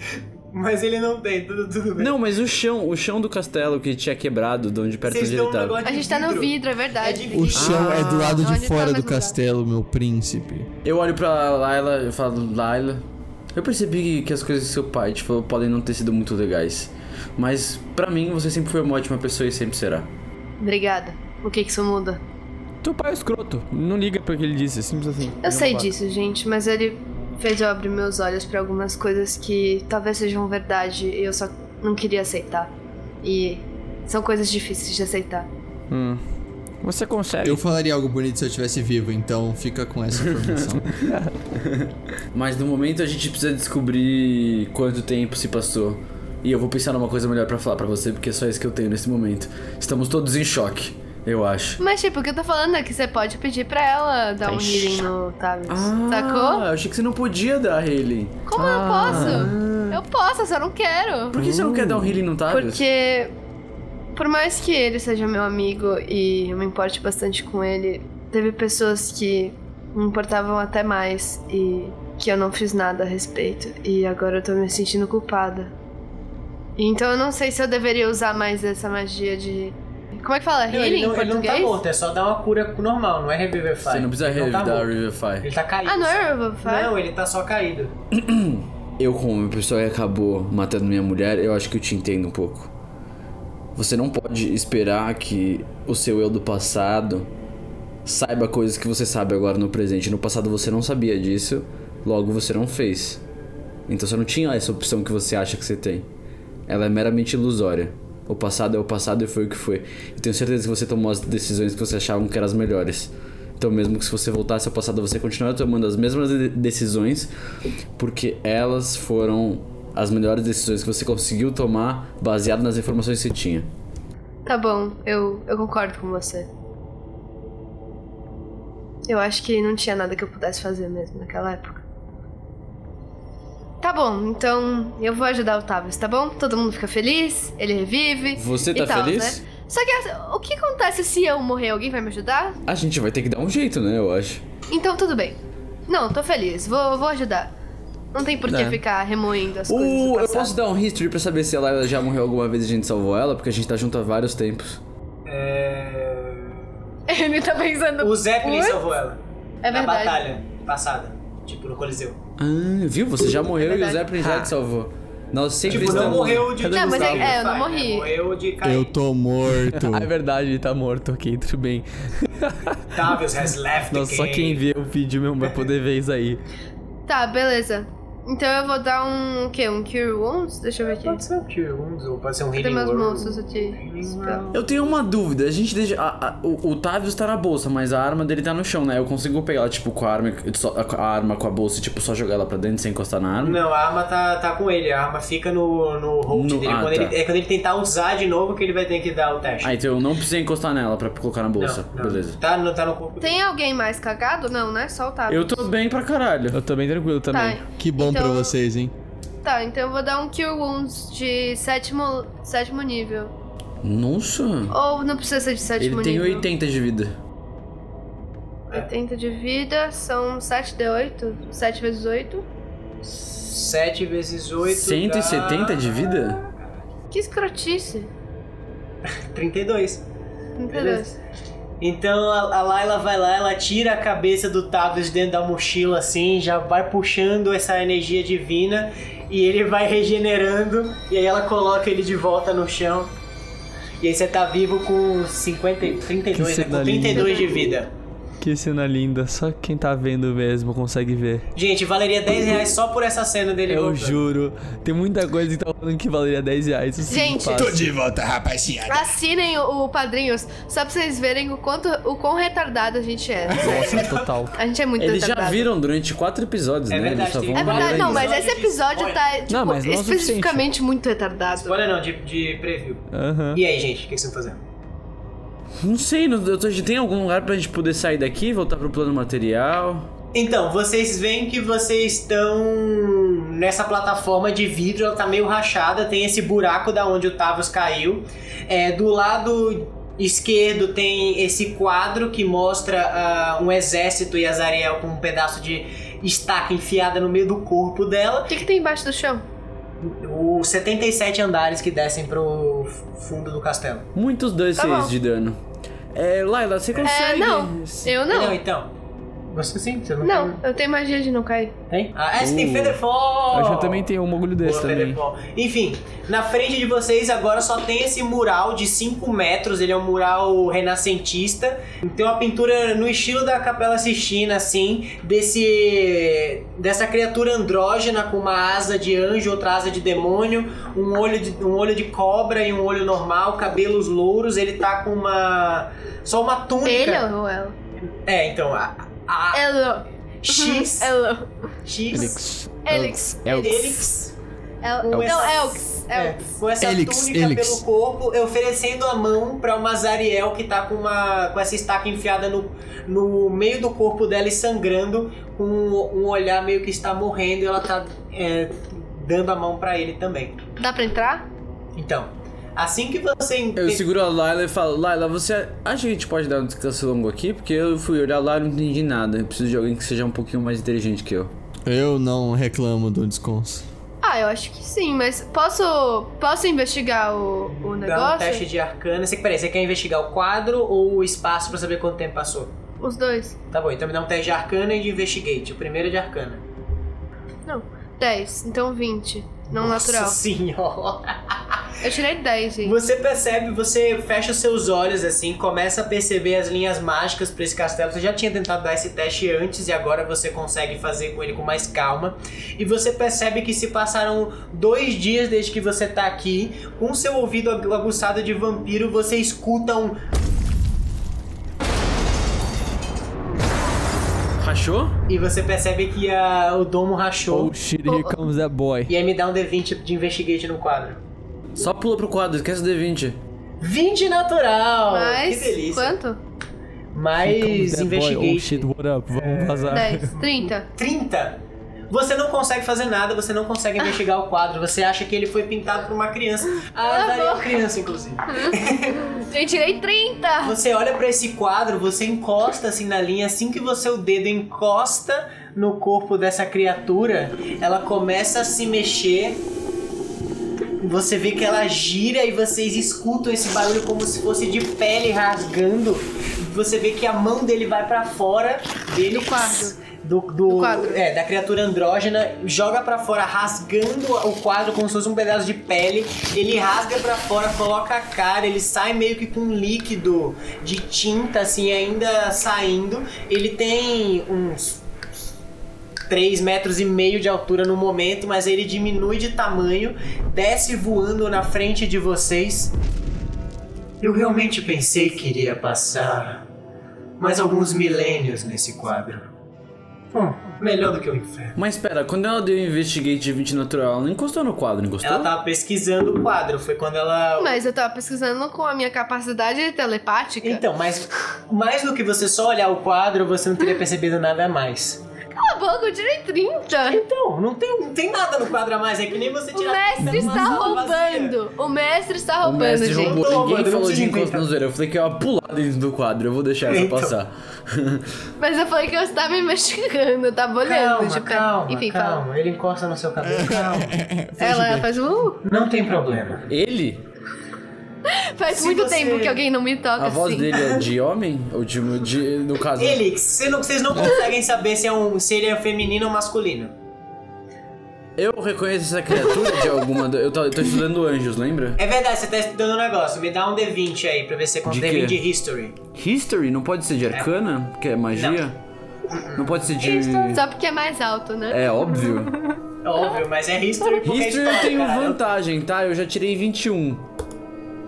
Speaker 1: Mas ele não tem, tudo, tudo bem.
Speaker 2: Não, mas o chão, o chão do castelo que tinha quebrado, de onde perto
Speaker 1: Vocês
Speaker 2: onde
Speaker 1: dão
Speaker 2: ele
Speaker 1: um
Speaker 2: tava.
Speaker 1: negócio
Speaker 3: A
Speaker 1: de
Speaker 3: gente tá no vidro, é
Speaker 1: É de
Speaker 3: verdade.
Speaker 1: vidro.
Speaker 5: O chão é do lado
Speaker 3: Ah,
Speaker 5: de
Speaker 3: onde
Speaker 5: fora
Speaker 3: tá
Speaker 5: do
Speaker 3: mais
Speaker 5: castelo, meu príncipe.
Speaker 2: Eu olho pra Laila e falo, Laila, eu percebi que as coisas que seu pai te falou podem não ter sido muito legais. Mas pra mim você sempre foi uma ótima pessoa e sempre será.
Speaker 3: Obrigada. O que que isso muda?
Speaker 4: Teu pai é escroto, não liga pra que ele disse, é simples assim.
Speaker 3: Eu sei disso, gente, mas ele fez eu abrir meus olhos pra algumas coisas que talvez sejam verdade e eu só não queria aceitar. E são coisas difíceis de aceitar.
Speaker 4: Hum.
Speaker 8: Você consegue.
Speaker 5: Eu falaria algo bonito se eu estivesse vivo, então fica com essa informação.
Speaker 2: Mas no momento a gente precisa descobrir quanto tempo se passou. E eu vou pensar numa coisa melhor pra falar pra você, porque é só isso que eu tenho nesse momento. Estamos todos em choque, eu acho.
Speaker 3: Mas, tipo, o que eu tô falando é que você pode pedir pra ela dar um healing no Tavius. Sacou?
Speaker 2: Ah, eu achei que você não podia dar healing.
Speaker 3: Como eu posso? Eu posso, eu só não quero.
Speaker 2: Por que você não quer dar um healing no Tavius?
Speaker 3: assim? Porque, por mais que ele seja meu amigo e eu me importe bastante com ele, teve pessoas que me importavam até mais e que eu não fiz nada a respeito. E agora eu tô me sentindo culpada. Então eu não sei se eu deveria usar mais essa magia de. Como é que fala?
Speaker 1: Não,
Speaker 3: Healing
Speaker 1: ele,
Speaker 3: em
Speaker 1: não, ele não
Speaker 3: português?
Speaker 1: tá morto, é só dar uma cura normal, não é Revivify.
Speaker 2: Você não precisa
Speaker 1: tá
Speaker 2: revidar
Speaker 1: morto.
Speaker 2: Revivify.
Speaker 1: Ele tá caído.
Speaker 3: ah, não é Revivify?
Speaker 1: Não, ele tá só caído.
Speaker 2: Eu, como uma pessoa que acabou matando minha mulher, eu acho que eu te entendo um pouco. Você não pode esperar que o seu eu do passado saiba coisas que você sabe agora no presente. No passado você não sabia disso, logo você não fez. Então você não tinha essa opção que você acha que você tem. Ela é meramente ilusória. O passado é o passado e foi o que foi. Eu tenho certeza que você tomou as decisões que você achavam que eram as melhores. Então, mesmo que se você voltasse ao passado, você continuaria tomando as mesmas de- decisões, porque elas foram as melhores decisões que você conseguiu tomar baseado nas informações que você tinha.
Speaker 3: Tá bom, eu, eu concordo com você. Eu acho que não tinha nada que eu pudesse fazer mesmo naquela época. Tá bom, então eu vou ajudar o Tavius, tá bom? Todo mundo fica feliz, ele revive.
Speaker 2: Você
Speaker 3: e
Speaker 2: tá
Speaker 3: tal,
Speaker 2: feliz?
Speaker 3: Né? Só que assim, o que acontece se eu morrer? Alguém vai me ajudar?
Speaker 2: A gente vai ter que dar um jeito, né? Eu acho.
Speaker 3: Então tudo bem. Não, tô feliz, vou, vou ajudar. Não tem por que
Speaker 2: É.
Speaker 3: ficar remoendo as coisas. do
Speaker 2: Uh, eu
Speaker 3: passado.
Speaker 2: posso dar um history pra saber se ela já morreu alguma vez e a gente salvou ela, porque a gente tá junto há vários tempos.
Speaker 1: É...
Speaker 3: Ele tá pensando.
Speaker 1: O Zeppelin
Speaker 3: Oi?
Speaker 1: salvou ela.
Speaker 3: É
Speaker 1: na
Speaker 3: verdade.
Speaker 1: batalha passada. Tipo, no Coliseu.
Speaker 2: Ah, viu? Você já morreu e o
Speaker 3: verdade.
Speaker 2: Zeppelin já te salvou. Nós sempre
Speaker 1: Tipo, não
Speaker 2: estamos-
Speaker 1: morreu de...
Speaker 3: Não, mas é-
Speaker 1: de-
Speaker 3: é, eu não
Speaker 1: né?
Speaker 3: morri.
Speaker 1: Morreu de cair.
Speaker 5: eu tô morto.
Speaker 4: Ah, é verdade, ele tá morto, ok, tudo bem.
Speaker 1: Tavius Tá, has left the
Speaker 4: Nossa, só
Speaker 1: game.
Speaker 4: quem vê o vídeo mesmo vai poder ver isso aí.
Speaker 3: Tá, beleza. Então eu vou dar um. O quê? Um Cure Wounds? Deixa eu ver aqui.
Speaker 1: Pode ser um Cure Wounds ou pode ser um
Speaker 3: Cadê
Speaker 1: Healing
Speaker 3: meus
Speaker 1: Word.
Speaker 3: monstros aqui?
Speaker 2: Eu tenho uma dúvida, a gente deixa. a- a- o, o Tavius tá na bolsa, mas a arma dele tá no chão, né? Eu consigo pegar ela, tipo, com a arma, só- a arma com a bolsa e, tipo, só jogar ela pra dentro sem encostar na arma?
Speaker 1: Não, a arma tá, tá com ele. A arma fica no, no hold
Speaker 2: No-
Speaker 1: dele.
Speaker 2: ah,
Speaker 1: quando
Speaker 2: tá.
Speaker 1: ele, é quando ele tentar usar de novo que ele vai ter que dar o teste.
Speaker 2: Ah, então eu não precisei encostar nela pra colocar na
Speaker 1: Não,
Speaker 2: bolsa.
Speaker 1: não.
Speaker 2: Beleza.
Speaker 1: Tá no, tá no corpo dele.
Speaker 3: Tem alguém mais cagado? Não, né? Só o Tavius.
Speaker 2: Eu tô bem pra caralho.
Speaker 4: Eu tô bem tranquilo
Speaker 3: Tá.
Speaker 4: também.
Speaker 5: Que bom
Speaker 3: Então-
Speaker 5: pra vocês, hein?
Speaker 3: Tá, então eu vou dar um Cure Wounds de sétimo, sétimo nível.
Speaker 2: Nossa!
Speaker 3: Ou não precisa ser de sétimo
Speaker 2: Ele tem
Speaker 3: nível.
Speaker 2: 80 de vida.
Speaker 3: 80 de vida, são 7d8. 7 vezes 8.
Speaker 1: 7 vezes 8
Speaker 2: 170 de vida?
Speaker 3: Que escrotice.
Speaker 1: 32.
Speaker 3: 32.
Speaker 1: Então a, a Layla vai lá, ela tira a cabeça do Tavius dentro da mochila assim, já vai puxando essa energia divina e ele vai regenerando e aí ela coloca ele de volta no chão. E aí você tá vivo com 50, 32,
Speaker 4: Que
Speaker 1: né? com
Speaker 4: cena
Speaker 1: 32 de vida.
Speaker 4: Que cena linda, só quem tá vendo mesmo consegue ver.
Speaker 1: Gente, valeria 10 reais só por essa cena dele
Speaker 4: Eu
Speaker 1: voltando.
Speaker 4: juro, tem muita coisa que tá falando que valeria 10 reais. isso
Speaker 3: Gente,
Speaker 4: não passa.
Speaker 5: de volta, rapaziada.
Speaker 3: Assinem o, o Padrinhos, só pra vocês verem o, quanto, o quão retardado a gente é.
Speaker 4: nossa, total.
Speaker 3: A gente é muito
Speaker 2: Eles já
Speaker 3: retardado.
Speaker 2: viram durante quatro episódios,
Speaker 1: É
Speaker 2: né?
Speaker 1: verdade,
Speaker 2: Eles só
Speaker 1: tem-
Speaker 2: vão
Speaker 3: É verdade,
Speaker 2: ver
Speaker 3: não,
Speaker 2: isso.
Speaker 3: mas esse episódio tá tipo,
Speaker 4: Não, mas não é o suficiente.
Speaker 3: especificamente muito retardado.
Speaker 1: Olha não, de, de preview.
Speaker 4: Aham.
Speaker 1: E aí, gente, o que vocês estão fazendo?
Speaker 2: Não sei, não, eu tô, tem algum lugar pra gente poder sair daqui, voltar pro plano material?
Speaker 1: Então, vocês veem que vocês estão nessa plataforma de vidro, ela tá meio rachada, tem esse buraco da onde o Tavos caiu. É, do lado esquerdo tem esse quadro que mostra ah, um exército e a Zariel com um pedaço de estaca enfiada no meio do corpo dela.
Speaker 3: O que, que tem embaixo do chão?
Speaker 1: Os 77 andares que descem pro fundo do castelo.
Speaker 2: Muitos dois
Speaker 3: Tá
Speaker 2: seis
Speaker 3: bom.
Speaker 2: um
Speaker 3: É.
Speaker 2: de dano. É, Laila, você consegue?
Speaker 3: não. Eu não.
Speaker 1: então. Você sim, você não,
Speaker 3: Não, eu tenho magia de não cair.
Speaker 1: tem? Ah, é, você tem Featherfall!
Speaker 4: Acho que eu também tenho um bagulho desse
Speaker 1: Boa,
Speaker 4: também.
Speaker 1: Featherfall. Enfim, na frente de vocês agora só tem esse mural de 5 metros. Ele é um mural renascentista. Tem uma pintura no estilo da Capela Sistina, assim, desse dessa criatura andrógena com uma asa de anjo, outra asa de demônio, um olho de, um olho de cobra e um olho normal, cabelos louros. Ele tá com uma só uma túnica.
Speaker 3: Ele ou ela?
Speaker 1: É, então a, a
Speaker 3: Ela. Uhum.
Speaker 1: X
Speaker 3: Ela.
Speaker 1: X
Speaker 3: Elix.
Speaker 4: É
Speaker 1: Helix.
Speaker 3: El-
Speaker 1: Com
Speaker 3: Não,
Speaker 1: essa-
Speaker 3: Elx.
Speaker 1: É,
Speaker 3: Elx.
Speaker 1: com essa
Speaker 5: Helix,
Speaker 1: túnica
Speaker 5: helix.
Speaker 1: pelo corpo, e oferecendo a mão pra uma Zariel que tá com, uma, com essa estaca enfiada no, no meio do corpo dela e sangrando, com um, um olhar meio que está morrendo, e ela tá é, dando a mão pra ele também.
Speaker 3: Dá pra entrar?
Speaker 1: Então, assim que você. ente-
Speaker 2: Eu seguro a Laila e falo, Laila, você acha que a gente pode dar um descanso longo aqui? Porque eu fui olhar lá e não entendi nada. Eu preciso de alguém que seja um pouquinho mais inteligente que eu.
Speaker 5: Eu não reclamo do descanso.
Speaker 3: Ah, eu acho que sim, mas posso. Posso investigar o, o
Speaker 1: Dá um
Speaker 3: negócio?
Speaker 1: teste de arcana. Você, peraí, você quer investigar o quadro ou o espaço pra saber quanto tempo passou?
Speaker 3: Os dois.
Speaker 1: Tá bom, então me dá um teste de arcana e de investigate. O primeiro é de arcana.
Speaker 3: 10, então 20. Não natural.
Speaker 1: Nossa senhora!
Speaker 3: Eu tirei 10, gente.
Speaker 1: Você percebe, você fecha os seus olhos assim, começa a perceber as linhas mágicas pra esse castelo. Você já tinha tentado dar esse teste antes e agora você consegue fazer com ele com mais calma. E você percebe que se passaram dois dias desde que você tá aqui, com seu ouvido agu- aguçado de vampiro, você escuta um.
Speaker 2: Rachou?
Speaker 1: E você percebe que a- o domo rachou.
Speaker 4: Oh shit, here comes that boy.
Speaker 1: E aí me dá um D20 de investigate no quadro.
Speaker 2: Só pula pro quadro, esquece o D20.
Speaker 1: 20 natural!
Speaker 3: Mas.
Speaker 1: que delícia!
Speaker 3: Quanto?
Speaker 4: Here comes
Speaker 1: Mais
Speaker 4: that boy. Oh
Speaker 1: investigate.
Speaker 4: shit, what up? Vamos vazar.
Speaker 3: 10, 30.
Speaker 1: 30. Você não consegue fazer nada, você não consegue investigar o quadro, você acha que ele foi pintado por uma criança. Ah, daria uma criança, inclusive.
Speaker 3: Eu tirei 30!
Speaker 1: Você olha pra esse quadro, você encosta assim na linha, assim que você o dedo encosta no corpo dessa criatura, ela começa a se mexer. Você vê que ela gira e vocês escutam esse barulho como se fosse de pele rasgando. Você vê que a mão dele vai pra fora dele
Speaker 3: Do quadro.
Speaker 1: do, do,
Speaker 3: Do quadro.
Speaker 1: É, da criatura andrógena, joga pra fora, rasgando o quadro como se fosse um pedaço de pele. Ele rasga pra fora, coloca a cara, ele sai meio que com um líquido de tinta, assim, ainda saindo. Ele tem uns 3 metros e meio de altura no momento, mas ele diminui de tamanho, desce voando na frente de vocês. Eu realmente pensei que iria passar mais alguns milênios nesse quadro. Hum, melhor do que o inferno.
Speaker 2: Mas espera, quando ela deu o investigate de 20 natural, ela não encostou no quadro, encostou?
Speaker 1: Ela tá tava pesquisando o quadro, foi quando ela.
Speaker 3: Mas eu tava pesquisando com a minha capacidade telepática.
Speaker 1: Então, mas mais do que você só olhar o quadro, você não teria
Speaker 3: Hum.
Speaker 1: percebido nada a mais.
Speaker 3: Cala a boca, eu tirei 30!
Speaker 1: Então, não tem, não tem nada no quadro a mais, é que nem você
Speaker 3: O
Speaker 1: tirar
Speaker 3: mestre
Speaker 1: uma
Speaker 3: está
Speaker 1: sala vazia.
Speaker 3: roubando! O mestre está
Speaker 2: O
Speaker 3: roubando,
Speaker 2: mestre
Speaker 3: gente.
Speaker 1: Não,
Speaker 2: roubou, ninguém
Speaker 1: mano, eu não
Speaker 2: falou de
Speaker 1: preciso
Speaker 2: encosto
Speaker 1: inventar.
Speaker 2: na zoeira. Eu falei que ela ia pular dentro do quadro, eu vou deixar essa
Speaker 1: Então.
Speaker 2: passar.
Speaker 3: Mas eu falei que eu estava me investigando, eu tava olhando
Speaker 1: Calma,
Speaker 3: de perto.
Speaker 1: calma,
Speaker 3: Enfim,
Speaker 1: calma.
Speaker 3: fala.
Speaker 1: Ele encosta no seu cabelo,
Speaker 2: É.
Speaker 1: calma.
Speaker 3: Ela faz uh,
Speaker 1: Não tem problema.
Speaker 2: Ele?
Speaker 3: Faz
Speaker 1: Se
Speaker 3: muito
Speaker 1: você-
Speaker 3: tempo que alguém não me toca
Speaker 2: A voz
Speaker 3: assim.
Speaker 2: dele é de homem? Ou de, de- no caso...
Speaker 1: Ele, cê não- vocês não conseguem saber se, é um, se ele é feminino ou masculino.
Speaker 2: Eu reconheço essa criatura de alguma... do- Eu tô, eu tô estudando anjos, lembra?
Speaker 1: É verdade, você tá estudando um negócio. Me dá um D20 aí pra ver se você
Speaker 2: De
Speaker 1: consegue.
Speaker 2: quê?
Speaker 1: D20 de history.
Speaker 2: History? Não pode ser de arcana? Que é magia? Não, pode ser de...
Speaker 3: Só porque é mais alto, né?
Speaker 2: É óbvio.
Speaker 1: É Óbvio, mas é history porque é
Speaker 2: History
Speaker 1: história,
Speaker 2: eu tenho
Speaker 1: cara.
Speaker 2: vantagem, tá? Eu já tirei 21.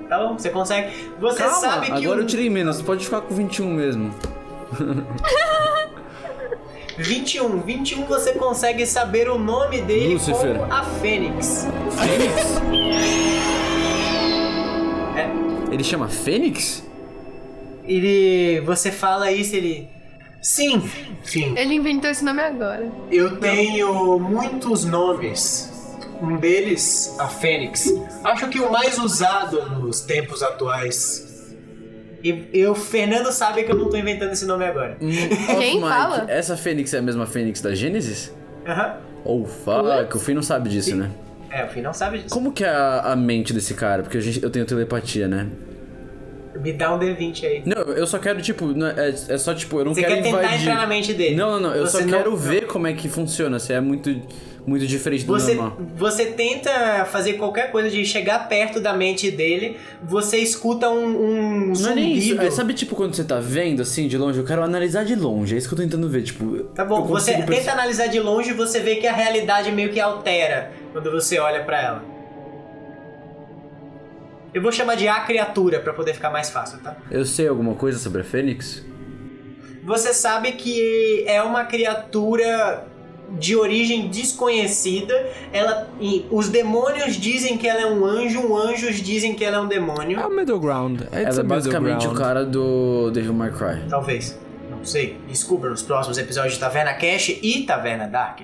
Speaker 1: Tá bom, você consegue. Você
Speaker 2: Calma,
Speaker 1: sabe que
Speaker 2: agora
Speaker 1: o
Speaker 2: eu tirei menos. Pode ficar com 21 mesmo.
Speaker 1: 21, 21 você consegue saber o nome dele
Speaker 2: Lúcifer.
Speaker 1: como a Fênix. É.
Speaker 2: Ele chama Fênix?
Speaker 1: Ele, você fala isso, ele Sim, sim.
Speaker 3: Ele inventou esse nome agora.
Speaker 1: Eu tenho muitos nomes. Um deles, a Fênix. Acho que o mais usado nos tempos atuais. E eu, Fernando sabe que eu não tô inventando esse nome agora.
Speaker 2: Off mic,
Speaker 3: fala?
Speaker 2: Essa Fênix é a mesma Fênix da Gênesis?
Speaker 1: Aham.
Speaker 2: Oh, fuck. O Finn não sabe disso, né?
Speaker 1: É, o Fih não sabe disso.
Speaker 2: Como que é a, a mente desse cara? Porque a gente- eu tenho telepatia, né?
Speaker 1: Me dá um D20 aí.
Speaker 2: Não, eu só quero, tipo, não- é, é só, tipo, eu não
Speaker 1: Você
Speaker 2: quero
Speaker 1: quer tentar
Speaker 2: invadir.
Speaker 1: entrar na mente dele.
Speaker 2: Não, não, não, eu
Speaker 1: Você
Speaker 2: só
Speaker 1: não-
Speaker 2: quero ver como é que funciona, se é muito, muito diferente do
Speaker 1: Você, é
Speaker 2: normal.
Speaker 1: você tenta fazer qualquer coisa de chegar perto da mente dele, você escuta um, um
Speaker 2: Não é nem isso,
Speaker 1: zumbido.
Speaker 2: é, sabe, tipo, quando você tá vendo, assim, de longe, eu quero analisar de longe, é isso que eu tô tentando ver, tipo...
Speaker 1: Tá bom,
Speaker 2: eu
Speaker 1: você
Speaker 2: consigo
Speaker 1: tenta
Speaker 2: perce-
Speaker 1: analisar de longe e você vê que a realidade meio que altera quando você olha pra ela. Eu vou chamar de a criatura pra poder ficar mais fácil, tá?
Speaker 2: Eu sei alguma coisa sobre a Fênix?
Speaker 1: Você sabe que é uma criatura de origem desconhecida. Ela, e os demônios dizem que ela é um anjo, os anjos dizem que ela é um demônio.
Speaker 4: É o middle ground. É
Speaker 2: Ela é basicamente o cara do Devil May Cry.
Speaker 1: Talvez. Não sei. Descubra nos próximos episódios de Taverna Cash e Taverna Dark.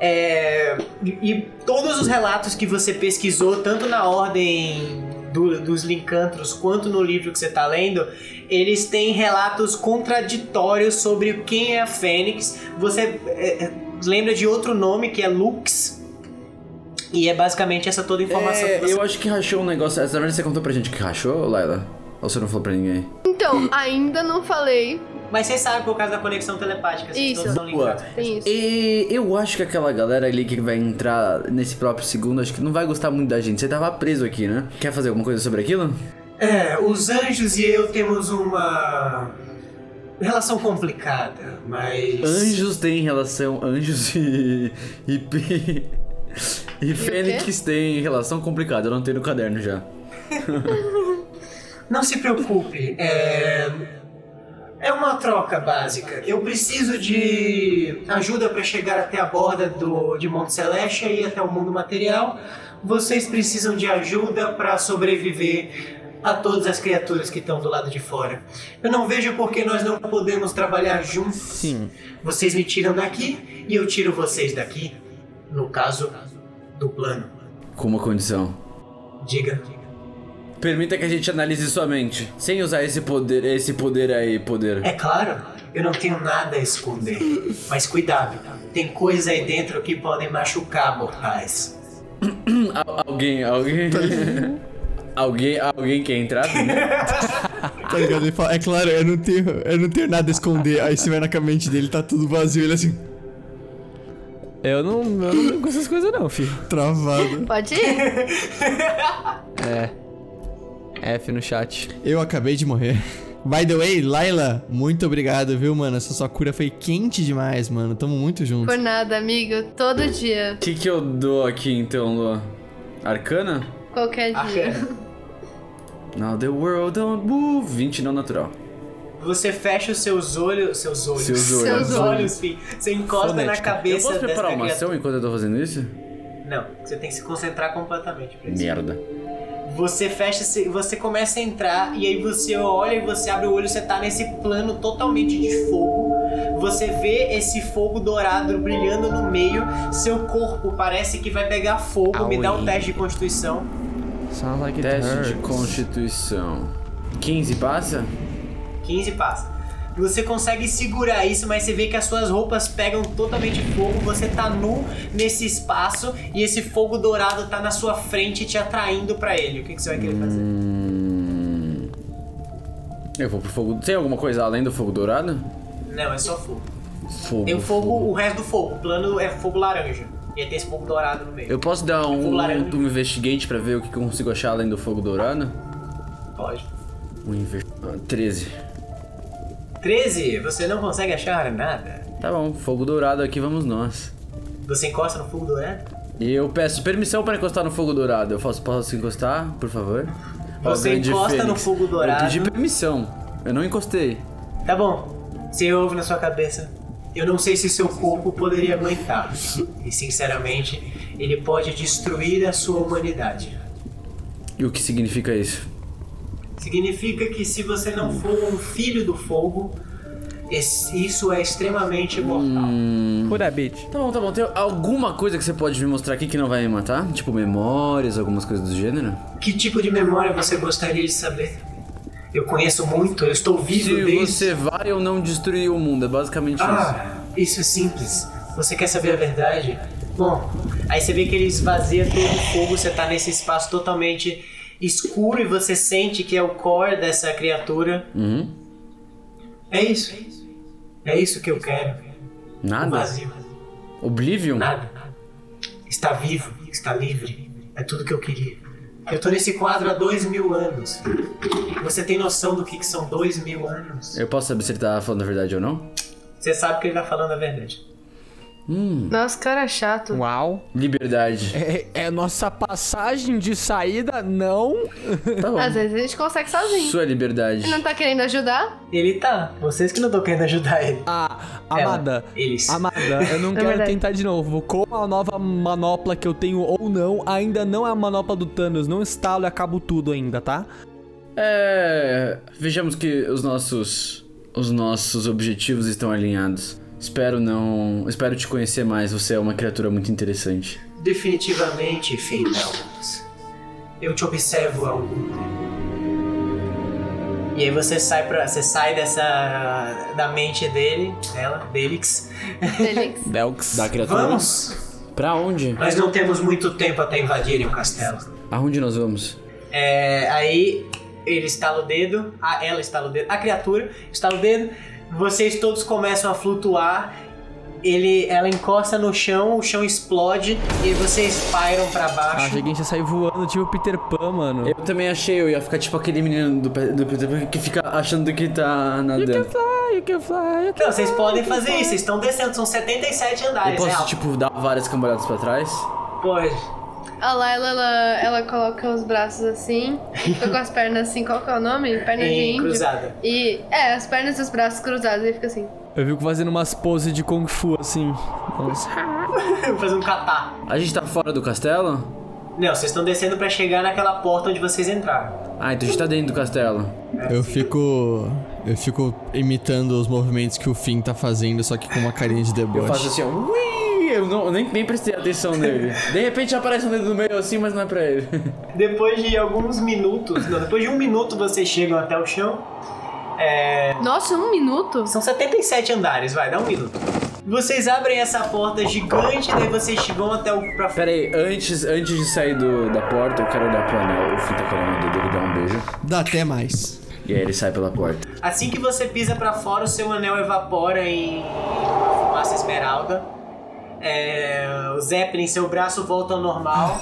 Speaker 1: É, e, e todos os relatos que você pesquisou, tanto na ordem do- dos lincantros quanto no livro que você está lendo, eles têm relatos contraditórios sobre quem é a Fênix. Você é, é, lembra de outro nome que é Lux. E é basicamente essa toda a informação
Speaker 2: É,
Speaker 1: que você
Speaker 2: eu acho que rachou um negócio. Essa verdade você contou pra gente que rachou, Laila? Ou você não falou pra ninguém?
Speaker 3: Então, ainda não falei.
Speaker 1: Mas vocês sabem por causa da conexão telepática. vocês
Speaker 3: Isso.
Speaker 1: todos são
Speaker 2: Boa.
Speaker 1: linkados.
Speaker 3: Tem isso.
Speaker 2: E eu acho que aquela galera ali que vai entrar nesse próprio segundo, acho que não vai gostar muito da gente. Você tava preso aqui, né? Quer fazer alguma coisa sobre aquilo?
Speaker 1: É, os anjos e eu temos uma relação complicada, mas.
Speaker 2: Anjos tem relação. Anjos e. E, pe- e Fênix tem relação complicada. Eu não tenho no caderno já.
Speaker 1: Não se preocupe, é. É uma troca básica. Eu preciso de ajuda para chegar até a borda do, de Monte Celeste e até o mundo material. Vocês precisam de ajuda para sobreviver a todas as criaturas que estão do lado de fora. Eu não vejo por que nós não podemos trabalhar juntos. Sim. Vocês me tiram daqui e eu tiro vocês daqui. No caso do plano.
Speaker 2: Com uma condição.
Speaker 1: Diga.
Speaker 2: Permita que a gente analise sua mente. Sem usar esse poder, esse poder aí, poder.
Speaker 1: É claro, eu não tenho nada a esconder. Mas cuidado, tem coisa aí dentro que podem machucar mortais.
Speaker 2: Al- Alguém, alguém. alguém, alguém quer entrar?
Speaker 5: Tá ligado? Ele fala, é claro, eu não tenho, eu não tenho nada a esconder. Aí você vai na mente dele, tá tudo vazio, ele assim,
Speaker 4: Eu não, eu não brinco com essas coisas não, filho.
Speaker 5: travado.
Speaker 3: Pode ir?
Speaker 4: F no chat.
Speaker 5: Eu acabei de morrer. By the way, Laila, muito obrigado, viu, mano? Essa sua cura foi quente demais, mano. Tamo muito junto.
Speaker 3: Por nada, amigo. Todo dia.
Speaker 2: O que, que eu dou aqui então, Lua? Arcana?
Speaker 3: Qualquer
Speaker 1: Ah,
Speaker 3: dia.
Speaker 2: Now the world don't move. 20 não natural.
Speaker 1: Você fecha os seus olhos. Seus olhos.
Speaker 2: Seus olhos.
Speaker 3: Seus
Speaker 1: Seus olhos, filho. Você encosta na
Speaker 5: Fonética.
Speaker 2: Eu
Speaker 1: cabeça
Speaker 2: posso preparar
Speaker 1: dessa
Speaker 2: uma
Speaker 1: criatura.
Speaker 2: ação enquanto eu tô fazendo isso?
Speaker 1: Não, você tem que se concentrar completamente pra isso.
Speaker 2: Merda.
Speaker 1: Você fecha, se- você começa a entrar e aí você olha e você abre o olho, você tá nesse plano totalmente de fogo. Você vê esse fogo dourado brilhando no meio. Seu corpo parece que vai pegar fogo. Me dá um
Speaker 4: Aui.
Speaker 1: teste de constituição.
Speaker 4: Sounds like it
Speaker 2: Teste de
Speaker 4: hurts.
Speaker 2: constituição. 15 passa?
Speaker 1: 15 passa. Você consegue segurar isso, mas você vê que as suas roupas pegam totalmente fogo. Você tá nu nesse espaço e esse fogo dourado tá na sua frente te atraindo pra ele. O que, que você vai querer fazer?
Speaker 2: Hum. Eu vou pro fogo. Tem alguma coisa além do fogo dourado?
Speaker 1: Não, é só fogo.
Speaker 2: Fogo.
Speaker 1: Tem o fogo, o resto do fogo. O plano é fogo laranja. E aí tem esse fogo dourado no meio.
Speaker 2: Eu posso dar um,
Speaker 1: Fogo laranja.
Speaker 2: um investigate pra ver o que que eu consigo achar além do fogo dourado?
Speaker 1: Pode.
Speaker 2: Um investigate. 13.
Speaker 1: 13, você não consegue achar nada.
Speaker 2: Tá bom, fogo dourado aqui, vamos nós.
Speaker 1: Você encosta no fogo dourado?
Speaker 2: E eu peço permissão pra encostar no fogo dourado. Eu faço, posso encostar, por favor? Ó,
Speaker 1: Você
Speaker 2: grande
Speaker 1: encosta no
Speaker 2: Fênix.
Speaker 1: fogo dourado.
Speaker 2: Eu pedi permissão. Eu não encostei.
Speaker 1: Tá bom. Você ouve na sua cabeça. Eu não sei se seu corpo poderia aguentar. E sinceramente, ele pode destruir a sua humanidade.
Speaker 2: E o que significa isso?
Speaker 1: Significa que se você não for um filho do fogo, es- isso é extremamente mortal.
Speaker 2: Hum.
Speaker 4: Por a bitch.
Speaker 2: Tá bom, tá bom. Tem alguma coisa que você pode me mostrar aqui que não vai me matar? Tipo memórias, algumas coisas do gênero?
Speaker 1: Que tipo de memória você gostaria de saber? Eu conheço muito, eu estou vivo
Speaker 2: Se
Speaker 1: desde.
Speaker 2: você vai ou não destruir o mundo, é basicamente isso.
Speaker 1: Ah, isso é simples. Você quer saber a verdade? Bom, aí você vê que ele esvazia todo o fogo, você tá nesse espaço totalmente escuro e você sente que é o core dessa criatura.
Speaker 2: Uhum.
Speaker 1: É isso. É isso que eu quero. O
Speaker 2: Nada?
Speaker 1: vazio.
Speaker 2: Oblivion?
Speaker 1: Nada. Está vivo, está livre. É tudo que eu queria. Eu tô nesse quadro há dois mil anos. Você tem noção do que, que são dois mil anos?
Speaker 2: Eu posso saber se ele tá falando a verdade ou não?
Speaker 1: Você sabe que ele tá falando a verdade. é.
Speaker 3: Nossa, cara chato.
Speaker 4: Uau.
Speaker 2: Liberdade.
Speaker 4: É, é nossa passagem de saída, não.
Speaker 1: É.
Speaker 2: Tá bom.
Speaker 3: Às vezes a gente consegue sozinho.
Speaker 2: Sua liberdade.
Speaker 3: Ele não tá querendo ajudar?
Speaker 1: Ele tá. Vocês que não estão querendo ajudar ele.
Speaker 4: Ah,
Speaker 1: Ela.
Speaker 4: amada.
Speaker 1: Eles.
Speaker 4: Amada, eu não quero
Speaker 3: verdade.
Speaker 4: tentar de novo. Com a nova manopla que eu tenho ou não, ainda não é a manopla do Thanos. Não instalo e acabo tudo ainda, tá?
Speaker 2: É. Vejamos que os nossos. Os nossos objetivos estão alinhados. Espero não. Espero te conhecer mais. Você é uma criatura muito interessante.
Speaker 1: Definitivamente, fim Elvis. Eu te observo há algum tempo. E aí você sai para você sai dessa da mente dele, dela, Delix.
Speaker 3: Felix.
Speaker 4: Delx.
Speaker 2: Da criatura?
Speaker 1: Vamos.
Speaker 2: Pra onde?
Speaker 1: Nós não temos muito tempo até invadirem o castelo.
Speaker 2: Aonde nós vamos?
Speaker 1: É, aí ele estala o dedo, a, ela estala o dedo, a criatura estala o dedo, vocês todos começam a flutuar, ele, ela encosta no chão, o chão explode e vocês pairam pra
Speaker 4: Ah,
Speaker 1: baixo.
Speaker 4: cheguei já saiu voando, tipo Peter Pan, mano.
Speaker 2: Eu também achei, eu ia ficar tipo aquele menino do, Pe- do Peter Pan que fica achando que tá nadando.
Speaker 4: Fly, you can fly, you can
Speaker 1: Não, vocês podem fazer isso, vocês estão descendo, são 77
Speaker 2: Eu
Speaker 1: andares, é
Speaker 2: posso,
Speaker 1: alto.
Speaker 2: tipo, dar várias cambalhadas pra trás?
Speaker 1: Pode.
Speaker 3: A Laila, ela, ela coloca os braços assim, fica com as pernas assim, qual que é o nome? Perna de
Speaker 1: Em
Speaker 3: índio.
Speaker 1: cruzada.
Speaker 3: E, é, as pernas e os braços cruzados, e fica assim.
Speaker 4: Eu fico fazendo umas poses de Kung Fu, assim. Nossa.
Speaker 1: fazer um catar.
Speaker 2: A gente tá fora do castelo?
Speaker 1: Não, vocês estão descendo pra chegar naquela porta onde vocês entraram.
Speaker 2: Ah, então a gente tá dentro do castelo.
Speaker 5: Eu fico. Eu fico imitando os movimentos que o Finn tá fazendo, só que com uma carinha de
Speaker 7: Eu faço
Speaker 5: deboche.
Speaker 7: assim, ó. Ui! Eu não, nem, nem prestei atenção nele. De repente aparece um dedo no meio assim, mas não é pra ele.
Speaker 1: Depois de alguns minutos, não, depois de um minuto vocês chegam até o chão.
Speaker 3: Nossa, um minuto?
Speaker 1: São 77 andares, vai, dá um minuto. Vocês abrem essa porta gigante, daí vocês vão até o. Pra...
Speaker 2: Pera aí, antes, antes de sair do- da porta, eu quero olhar pro anel. O Fim tá colando o dedo, ele dá um beijo.
Speaker 5: Dá até mais.
Speaker 2: E aí ele sai pela porta.
Speaker 1: Assim que você pisa pra fora, o seu anel evapora em fumaça esmeralda. É, O Zeppelin, seu braço volta ao normal.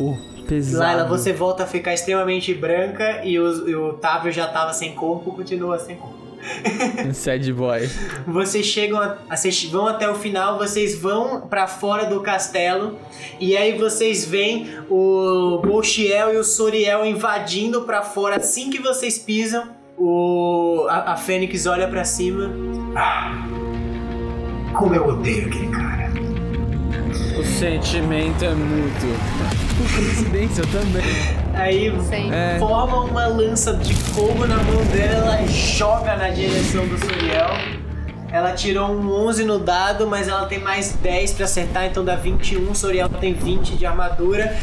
Speaker 4: Uh, pesado.
Speaker 1: Laila, você volta a ficar extremamente branca e o, e o Távio já tava sem corpo, continua sem corpo.
Speaker 4: Sad boy.
Speaker 1: Vocês chegam, a, a- vocês vão até o final, vocês vão pra fora do castelo e aí vocês veem o Bolchiel e o Soriel invadindo pra fora. Assim que vocês pisam, o a, a Fênix olha pra cima. Ah, como eu odeio aquele cara.
Speaker 2: O sentimento é mútuo.
Speaker 4: Coincidência, eu também.
Speaker 1: Aí
Speaker 3: Sim.
Speaker 1: forma uma lança de fogo na mão dela e joga na direção do Suriel. Ela tirou um 11 no dado, mas ela tem mais 10 pra acertar, então dá 21. O Suriel tem 20 de armadura.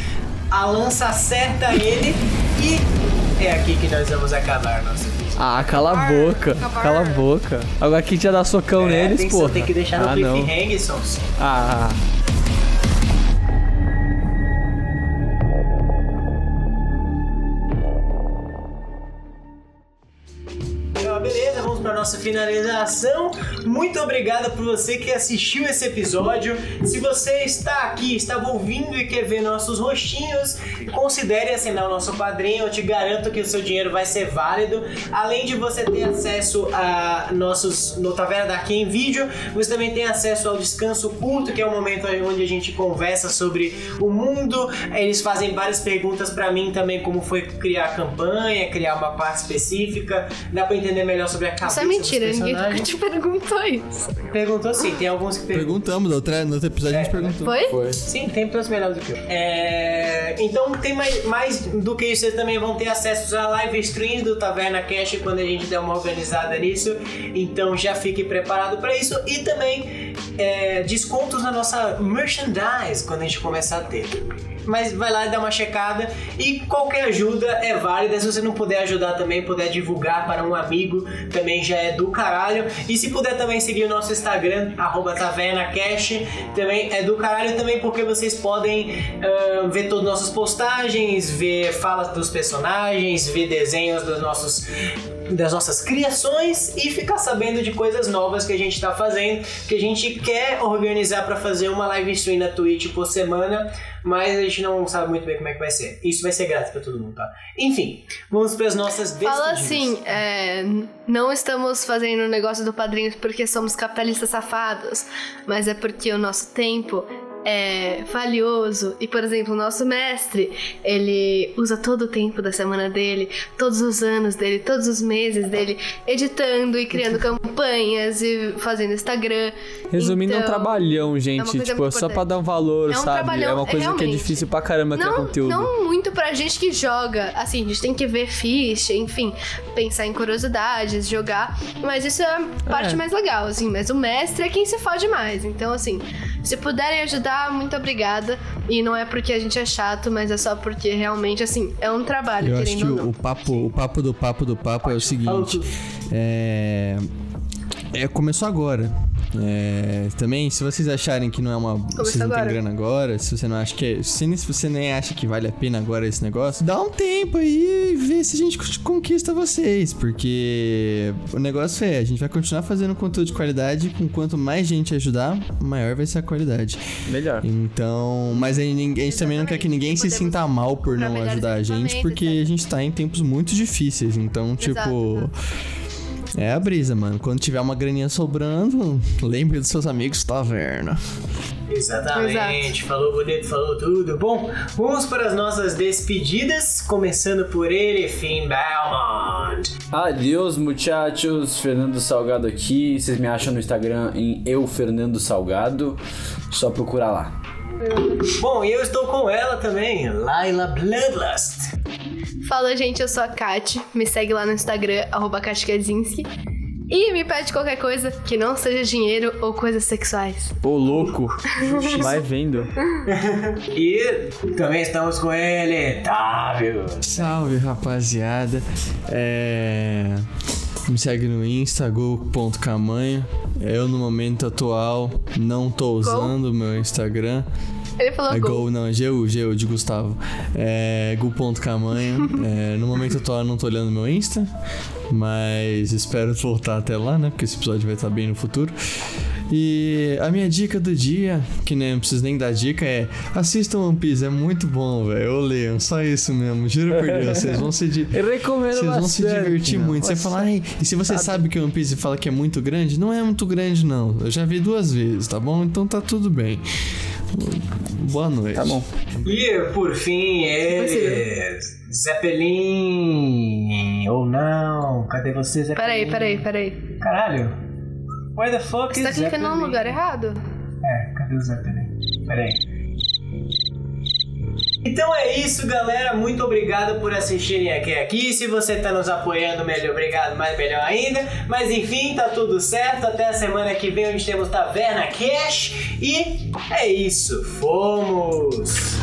Speaker 1: A lança acerta ele e é aqui que nós vamos acabar nossa vídeo.
Speaker 4: Ah, cala a boca. Cala a boca. Agora que já dá socão neles,
Speaker 1: atenção,
Speaker 4: pô.
Speaker 1: É, tem que deixar no
Speaker 4: ah, não.
Speaker 1: cliffhanger, Sons.
Speaker 4: Ah, ah.
Speaker 1: Então, beleza, vamos para nossa finalização. Muito obrigado por você que assistiu esse episódio. Se você está aqui, estava ouvindo e quer ver nossos rostinhos, considere assinar o nosso padrinho. Eu te garanto que o seu dinheiro vai ser válido. Além de você ter acesso a nossos no Taverna da Arquia em vídeo, você também tem acesso ao descanso curto, que é o momento onde a gente conversa sobre o mundo. Eles fazem várias perguntas para mim também, como foi criar a campanha, criar uma parte específica. Dá pra entender melhor sobre a cabeça
Speaker 3: Isso é mentira,
Speaker 1: dos
Speaker 3: ninguém nunca
Speaker 1: personagens.
Speaker 3: te perguntou isso.
Speaker 1: Perguntou sim, tem alguns que perguntam.
Speaker 5: Perguntamos, no outra- no outro episódio a gente perguntou.
Speaker 3: Foi?
Speaker 1: Sim, tem planos melhores do que eu. É, então tem mais, mais do que isso, vocês também vão ter acesso a live streams do Taverna Cash quando a gente der uma organizada nisso. Então já fique preparado para isso. E também é, descontos na nossa merchandise quando a gente começar a ter. Mas vai lá e dá uma checada. E qualquer ajuda é válida. Se você não puder ajudar também, puder divulgar para um amigo, também já é do caralho. E se puder também seguir o nosso Instagram, arroba tavernacash, também é do caralho também, porque vocês podem ah, ver todas as nossas postagens, ver falas dos personagens, ver desenhos dos nossos das nossas criações e ficar sabendo de coisas novas que a gente está fazendo, que a gente quer organizar para fazer uma live stream na Twitch por semana, mas a gente não sabe muito bem como é que vai ser. Isso vai ser grátis para todo mundo, tá? Enfim, vamos para as nossas despedidas.
Speaker 3: Fala assim, é, não estamos fazendo o negócio do padrinho porque somos capitalistas safados, mas é porque o nosso tempo é valioso e, por exemplo, o nosso mestre, ele usa todo o tempo da semana dele, todos os anos dele, todos os meses dele, editando e criando campanhas e fazendo Instagram.
Speaker 4: Resumindo, é um
Speaker 3: Então,
Speaker 4: trabalhão, gente.
Speaker 3: coisa
Speaker 4: tipo,
Speaker 3: muito
Speaker 4: só pra
Speaker 3: importante.
Speaker 4: dar um valor,
Speaker 3: É um
Speaker 4: sabe? É
Speaker 3: trabalhão,
Speaker 4: uma coisa que é
Speaker 3: realmente.
Speaker 4: difícil pra caramba criar
Speaker 3: Não,
Speaker 4: conteúdo.
Speaker 3: não muito pra gente que joga. Assim, a gente tem que ver ficha, enfim, pensar em curiosidades, jogar. Mas isso é a parte mais legal, assim. Mas o mestre é quem se fode mais. Então, assim, se puderem ajudar, muito obrigada. E não é porque a gente é chato, mas é só porque realmente, assim, é um trabalho,
Speaker 5: Eu acho
Speaker 3: querendo
Speaker 5: que
Speaker 3: ou não.
Speaker 5: o papo, o papo do papo do papo é o
Speaker 3: assim.
Speaker 5: seguinte. É. é, começou agora. É, também, se vocês acharem que não é uma. vocês não têm
Speaker 3: agora.
Speaker 5: grana agora, se você não acha que é. Se, nem- se você nem acha que vale a pena agora esse negócio, dá um tempo aí e vê se a gente con- conquista vocês. Porque o negócio é, a gente vai continuar fazendo conteúdo de qualidade. Com quanto mais gente ajudar, maior vai ser a qualidade.
Speaker 4: Melhor.
Speaker 5: Então, mas a gente, a gente também não quer que ninguém se
Speaker 3: Podemos
Speaker 5: sinta mal por
Speaker 3: comprar
Speaker 5: não
Speaker 3: melhores
Speaker 5: ajudar a gente,
Speaker 3: equipamentos,
Speaker 5: porque a
Speaker 3: etc.
Speaker 5: gente tá em tempos muito difíceis. Então, tipo.
Speaker 3: Exato.
Speaker 5: É a brisa, mano. Quando tiver uma graninha sobrando, lembre dos seus amigos taverna.
Speaker 1: Exatamente, falou bonito, falou tudo. Bom, vamos para as nossas despedidas, começando por ele, Finn Belmont.
Speaker 2: Adeus, muchachos. Fernando Salgado aqui. Vocês me acham no Instagram em eu, Fernando Salgado. Só procurar lá.
Speaker 1: Bom, e eu estou com ela também, Laila Bloodlust.
Speaker 3: Fala, gente, eu sou a Kat. Me segue lá no Instagram, arroba Kat Kaczynski. E me pede qualquer coisa que não seja dinheiro ou coisas sexuais.
Speaker 4: Ô, louco. Vai vendo.
Speaker 1: E também estamos com ele, Távio.
Speaker 5: Salve, rapaziada. É. Me segue no Insta, go.camanho. Eu, no momento atual, não tô usando o meu Instagram.
Speaker 3: Ele falou
Speaker 5: É
Speaker 3: gol.
Speaker 5: Gol, não, é Geu, Geu, de Gustavo. É Gol.camanho. é, no momento atual eu não tô olhando meu Insta, mas espero voltar até lá, né? Porque esse episódio vai estar bem no futuro. E a minha dica do dia, que nem não preciso nem dar dica, é assistam One Piece, é muito bom, velho. Eu leio, só isso mesmo, juro por Deus, vocês vão se di-
Speaker 4: Eu recomendo
Speaker 5: vocês vão se
Speaker 4: bastante,
Speaker 5: divertir
Speaker 4: mano.
Speaker 5: muito. Você
Speaker 4: Nossa.
Speaker 5: fala, ai, e se você sabe que One Piece fala que é muito grande, não é muito grande, não. Eu já vi duas vezes, tá bom? Então tá tudo bem. Boa noite. Tá bom.
Speaker 1: E por fim, ele, Zeppelin. Ou não, cadê você, Zeppelin?
Speaker 3: Peraí, peraí, peraí.
Speaker 1: Caralho. Where the fuck
Speaker 3: Você
Speaker 1: is
Speaker 3: tá clicando
Speaker 1: Zeppelin?
Speaker 3: no lugar errado?
Speaker 1: É, cadê o Zé Pelé? Peraí. Então é isso, galera. Muito obrigado por assistirem aqui. aqui. Se você tá nos apoiando, melhor obrigado, mas melhor ainda. Mas enfim, tá tudo certo. Até a semana que vem, onde temos Taverna Cash. E é isso. Fomos!